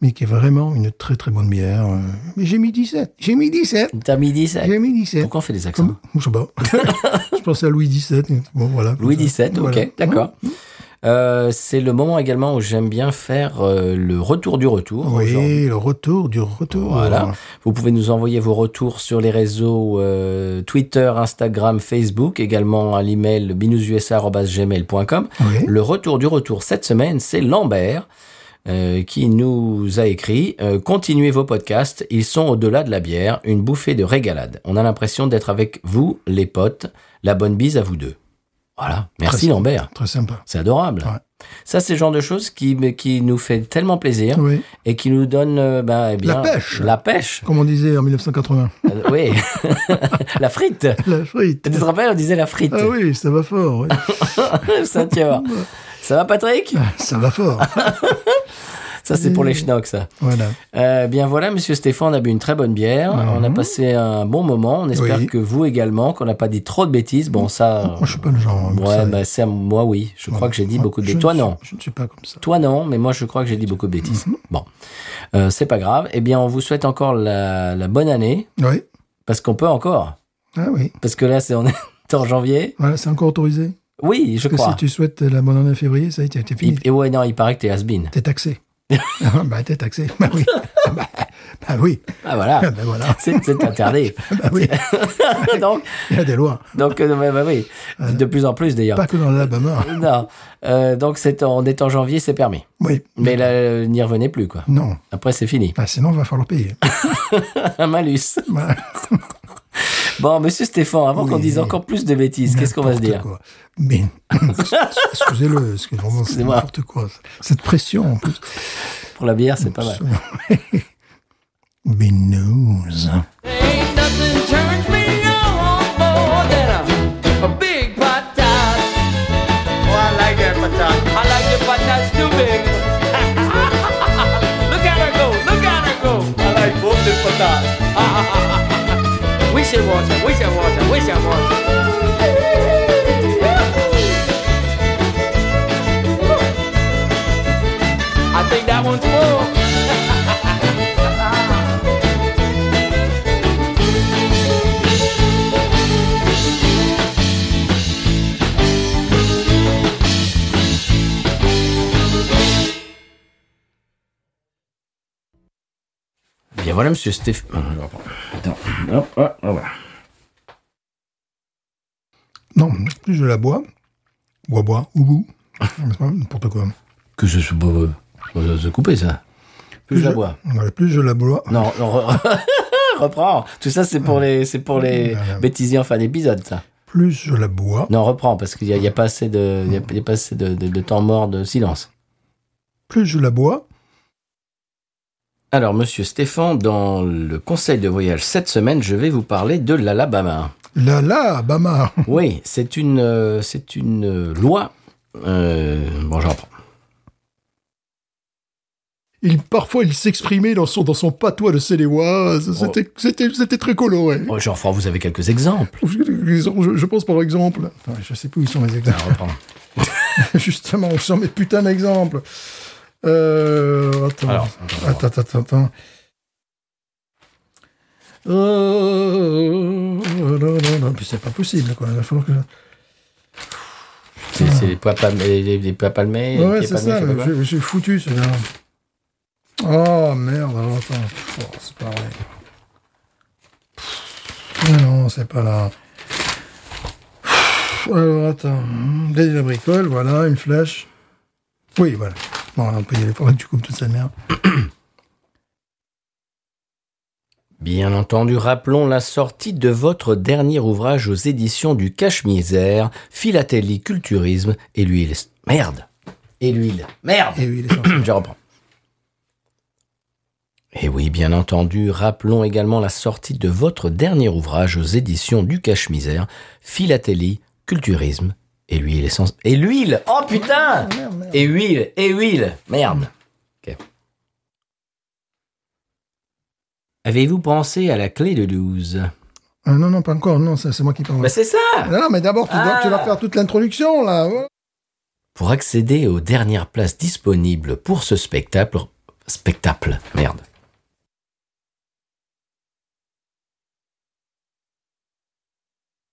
S2: mais qui est vraiment une très très bonne bière. euh, Mais j'ai mis 17. J'ai mis 17.
S1: T'as mis 17.
S2: J'ai mis 17.
S1: Pourquoi on fait des accents
S2: Comme- Je sais pas. je pensais à Louis XVII. Bon, voilà.
S1: Louis
S2: Comme ça.
S1: XVII,
S2: Voilà.
S1: ok, d'accord. Euh, C'est le moment également où j'aime bien faire euh, le retour du retour. aujourd'hui.
S2: Oui, le retour du retour.
S1: Voilà. Vous pouvez nous envoyer vos retours sur les réseaux euh, Twitter, Instagram, Facebook, également à l'email binoususa.gmail.com.
S2: Oui.
S1: Le retour du retour cette semaine, c'est Lambert euh, qui nous a écrit euh, Continuez vos podcasts, ils sont au-delà de la bière, une bouffée de régalade. On a l'impression d'être avec vous, les potes. La bonne bise à vous deux. Voilà. Merci
S2: Très-
S1: Lambert.
S2: Très sympa.
S1: C'est adorable.
S2: Ouais.
S1: Ça, c'est le genre de choses qui, qui nous fait tellement plaisir
S2: Oui.
S1: et qui nous donne euh, ben, eh bien,
S2: La pêche.
S1: La pêche.
S2: Comme on disait en 1980.
S1: Euh, oui. la frite.
S2: La frite.
S1: Tu te rappelles, on disait la frite.
S2: Ah oui, ça va fort. oui.
S1: ça, tu vas voir. Ça va, Patrick
S2: ça va fort.
S1: Ça, c'est pour les schnocks, ça.
S2: Voilà.
S1: Euh, bien voilà, Monsieur Stéphane, on a bu une très bonne bière. On a passé un bon moment. On espère
S2: Mhm. Oui.
S1: que vous également, qu'on n'a pas dit trop de bêtises. Bon, ça.
S2: Moi, je suis pas le genre. comme
S1: ouais,
S2: ça.
S1: bah, c'est à moi, oui. Je crois que j'ai dit
S2: Moi,
S1: beaucoup de
S2: Ah, je
S1: bêtises.
S2: ne
S1: Toi,
S2: suis- Mhm.
S1: non.
S2: Je ne suis pas comme ça.
S1: Toi, non, mais moi, je crois que j'ai dit beaucoup de bêtises. Bon. Euh, c'est pas grave. Eh bien, on vous souhaite encore la, la bonne année.
S2: Oui.
S1: Parce qu'on peut encore.
S2: Ah oui.
S1: Parce que là, c'est on est. en janvier.
S2: Voilà, c'est encore autorisé.
S1: Oui, je
S2: Parce que
S1: crois.
S2: si tu souhaites la bonne année en février, ça y est, t'es t'es fini.
S1: Il- Et ouais, non, il paraît que t'es has-been.
S2: T'es taxé. Ah, bah, t'es taxé. Bah oui.
S1: Ah
S2: Ah, bah, bah oui.
S1: voilà.
S2: Ah, ben voilà.
S1: C'est c'est interdit.
S2: Bah oui.
S1: donc,
S2: Il y a des lois.
S1: donc euh, bah, bah oui. De plus en plus d'ailleurs.
S2: Pas que dans l'Alabama.
S1: Non. Euh, donc, c'est en étant janvier, c'est permis.
S2: Oui.
S1: Mais là, euh, n'y revenez plus, quoi.
S2: Non.
S1: Après, c'est fini.
S2: Bah, sinon, il va falloir payer.
S1: Un malus.
S2: Voilà.
S1: Bon, monsieur Stéphane, avant
S2: Oui.
S1: qu'on dise encore plus de bêtises, qu'est-ce qu'on va se
S2: N'importe
S1: dire
S2: quoi. Mais, excusez-le, excusez vraiment, c'est
S1: Excusez-moi.
S2: n'importe quoi. Cette pression, en plus.
S1: Pour la bière, c'est pas mal.
S2: Mais news.
S5: Ain't nothing turns me on more than a, a big patat. Oh, I like that patat. I like the patats too big. look at her go, look at her go. I like both the patats. we should watch her, we should watch her, we should watch her. I think that one's full.
S1: Bien voilà, monsieur Stéphane. Euh, Attends. Hop, hop, hop.
S2: Non, je la bois. Bois, bois, ou bout. C'est pas N'importe quoi.
S1: Que ce soit. euh, euh, se couper, ça. Plus je la bois.
S2: Voilà, plus je la bois.
S1: Non, non, re- reprends. Tout ça, c'est pour les, c'est pour les
S2: Voilà.
S1: bêtisiers en fin d'épisode, ça.
S2: Plus je la bois.
S1: Non, reprends, parce qu'il n'y a, il y a pas assez, de, il y a- il y a pas assez de, de- de temps mort de silence.
S2: Plus je la bois.
S1: Alors, monsieur Stéphane, dans le conseil de voyage cette semaine, je vais vous parler de l'Alabama.
S2: La la, Bama.
S1: Oui, c'est une, euh, c'est une euh, loi. Euh, bon, j'en prends.
S2: Il, parfois, il s'exprimait dans son, dans son patois de Séléois. C'était, c'était, c'était très colo, ouais.
S1: Oh, Jean-François, vous avez quelques exemples.
S2: Je, je pense par exemple, Attends, je sais plus où sont mes exemples.
S1: à reprendre.
S2: Justement, on sent mes putains d'exemples. Euh, attends,
S1: Alors,
S2: attends, attends, attends, attends. Euh, non, non, non, puis c'est pas possible, quoi. Il va falloir que.
S1: C'est c'est les pois palmés, les, les- les pois palmés, les
S2: ouais,
S1: pieds
S2: c'est
S1: palmés,
S2: ça,
S1: je sais pas quoi.
S2: j'ai j'ai foutu celui-là. Oh merde, alors attends. Oh, c'est pas vrai. Ah non, c'est pas là. Alors attends. Dès la bricole, voilà, une flèche. Oui, voilà. Bon, on peut y aller, faudrait que tu coupes toute cette merde.
S1: Bien entendu, rappelons la sortie de votre dernier ouvrage aux éditions du Cache-Misère, Philatélie, Culturisme et l'huile. Merde Et l'huile. Merde
S2: Et Eh oui, il est sorti.
S1: Je reprends. Et oui, bien entendu, rappelons également la sortie de votre dernier ouvrage aux éditions du Cache-Misère, Philatélie, Culturisme et l'huile essence. Et l'huile Oh putain
S2: Ah, Merde, merde.
S1: Et huile Et huile Merde Ok. Avez-vous pensé à la clé de 12
S2: Ah, non, non, pas encore. Non, ça, c'est moi qui parle.
S1: Bah c'est ça
S2: non, non, mais d'abord, tu, dois,
S1: Ah.
S2: tu dois faire toute l'introduction, là. Voilà.
S1: Pour accéder aux dernières places disponibles pour ce spectacle, spectacle, merde,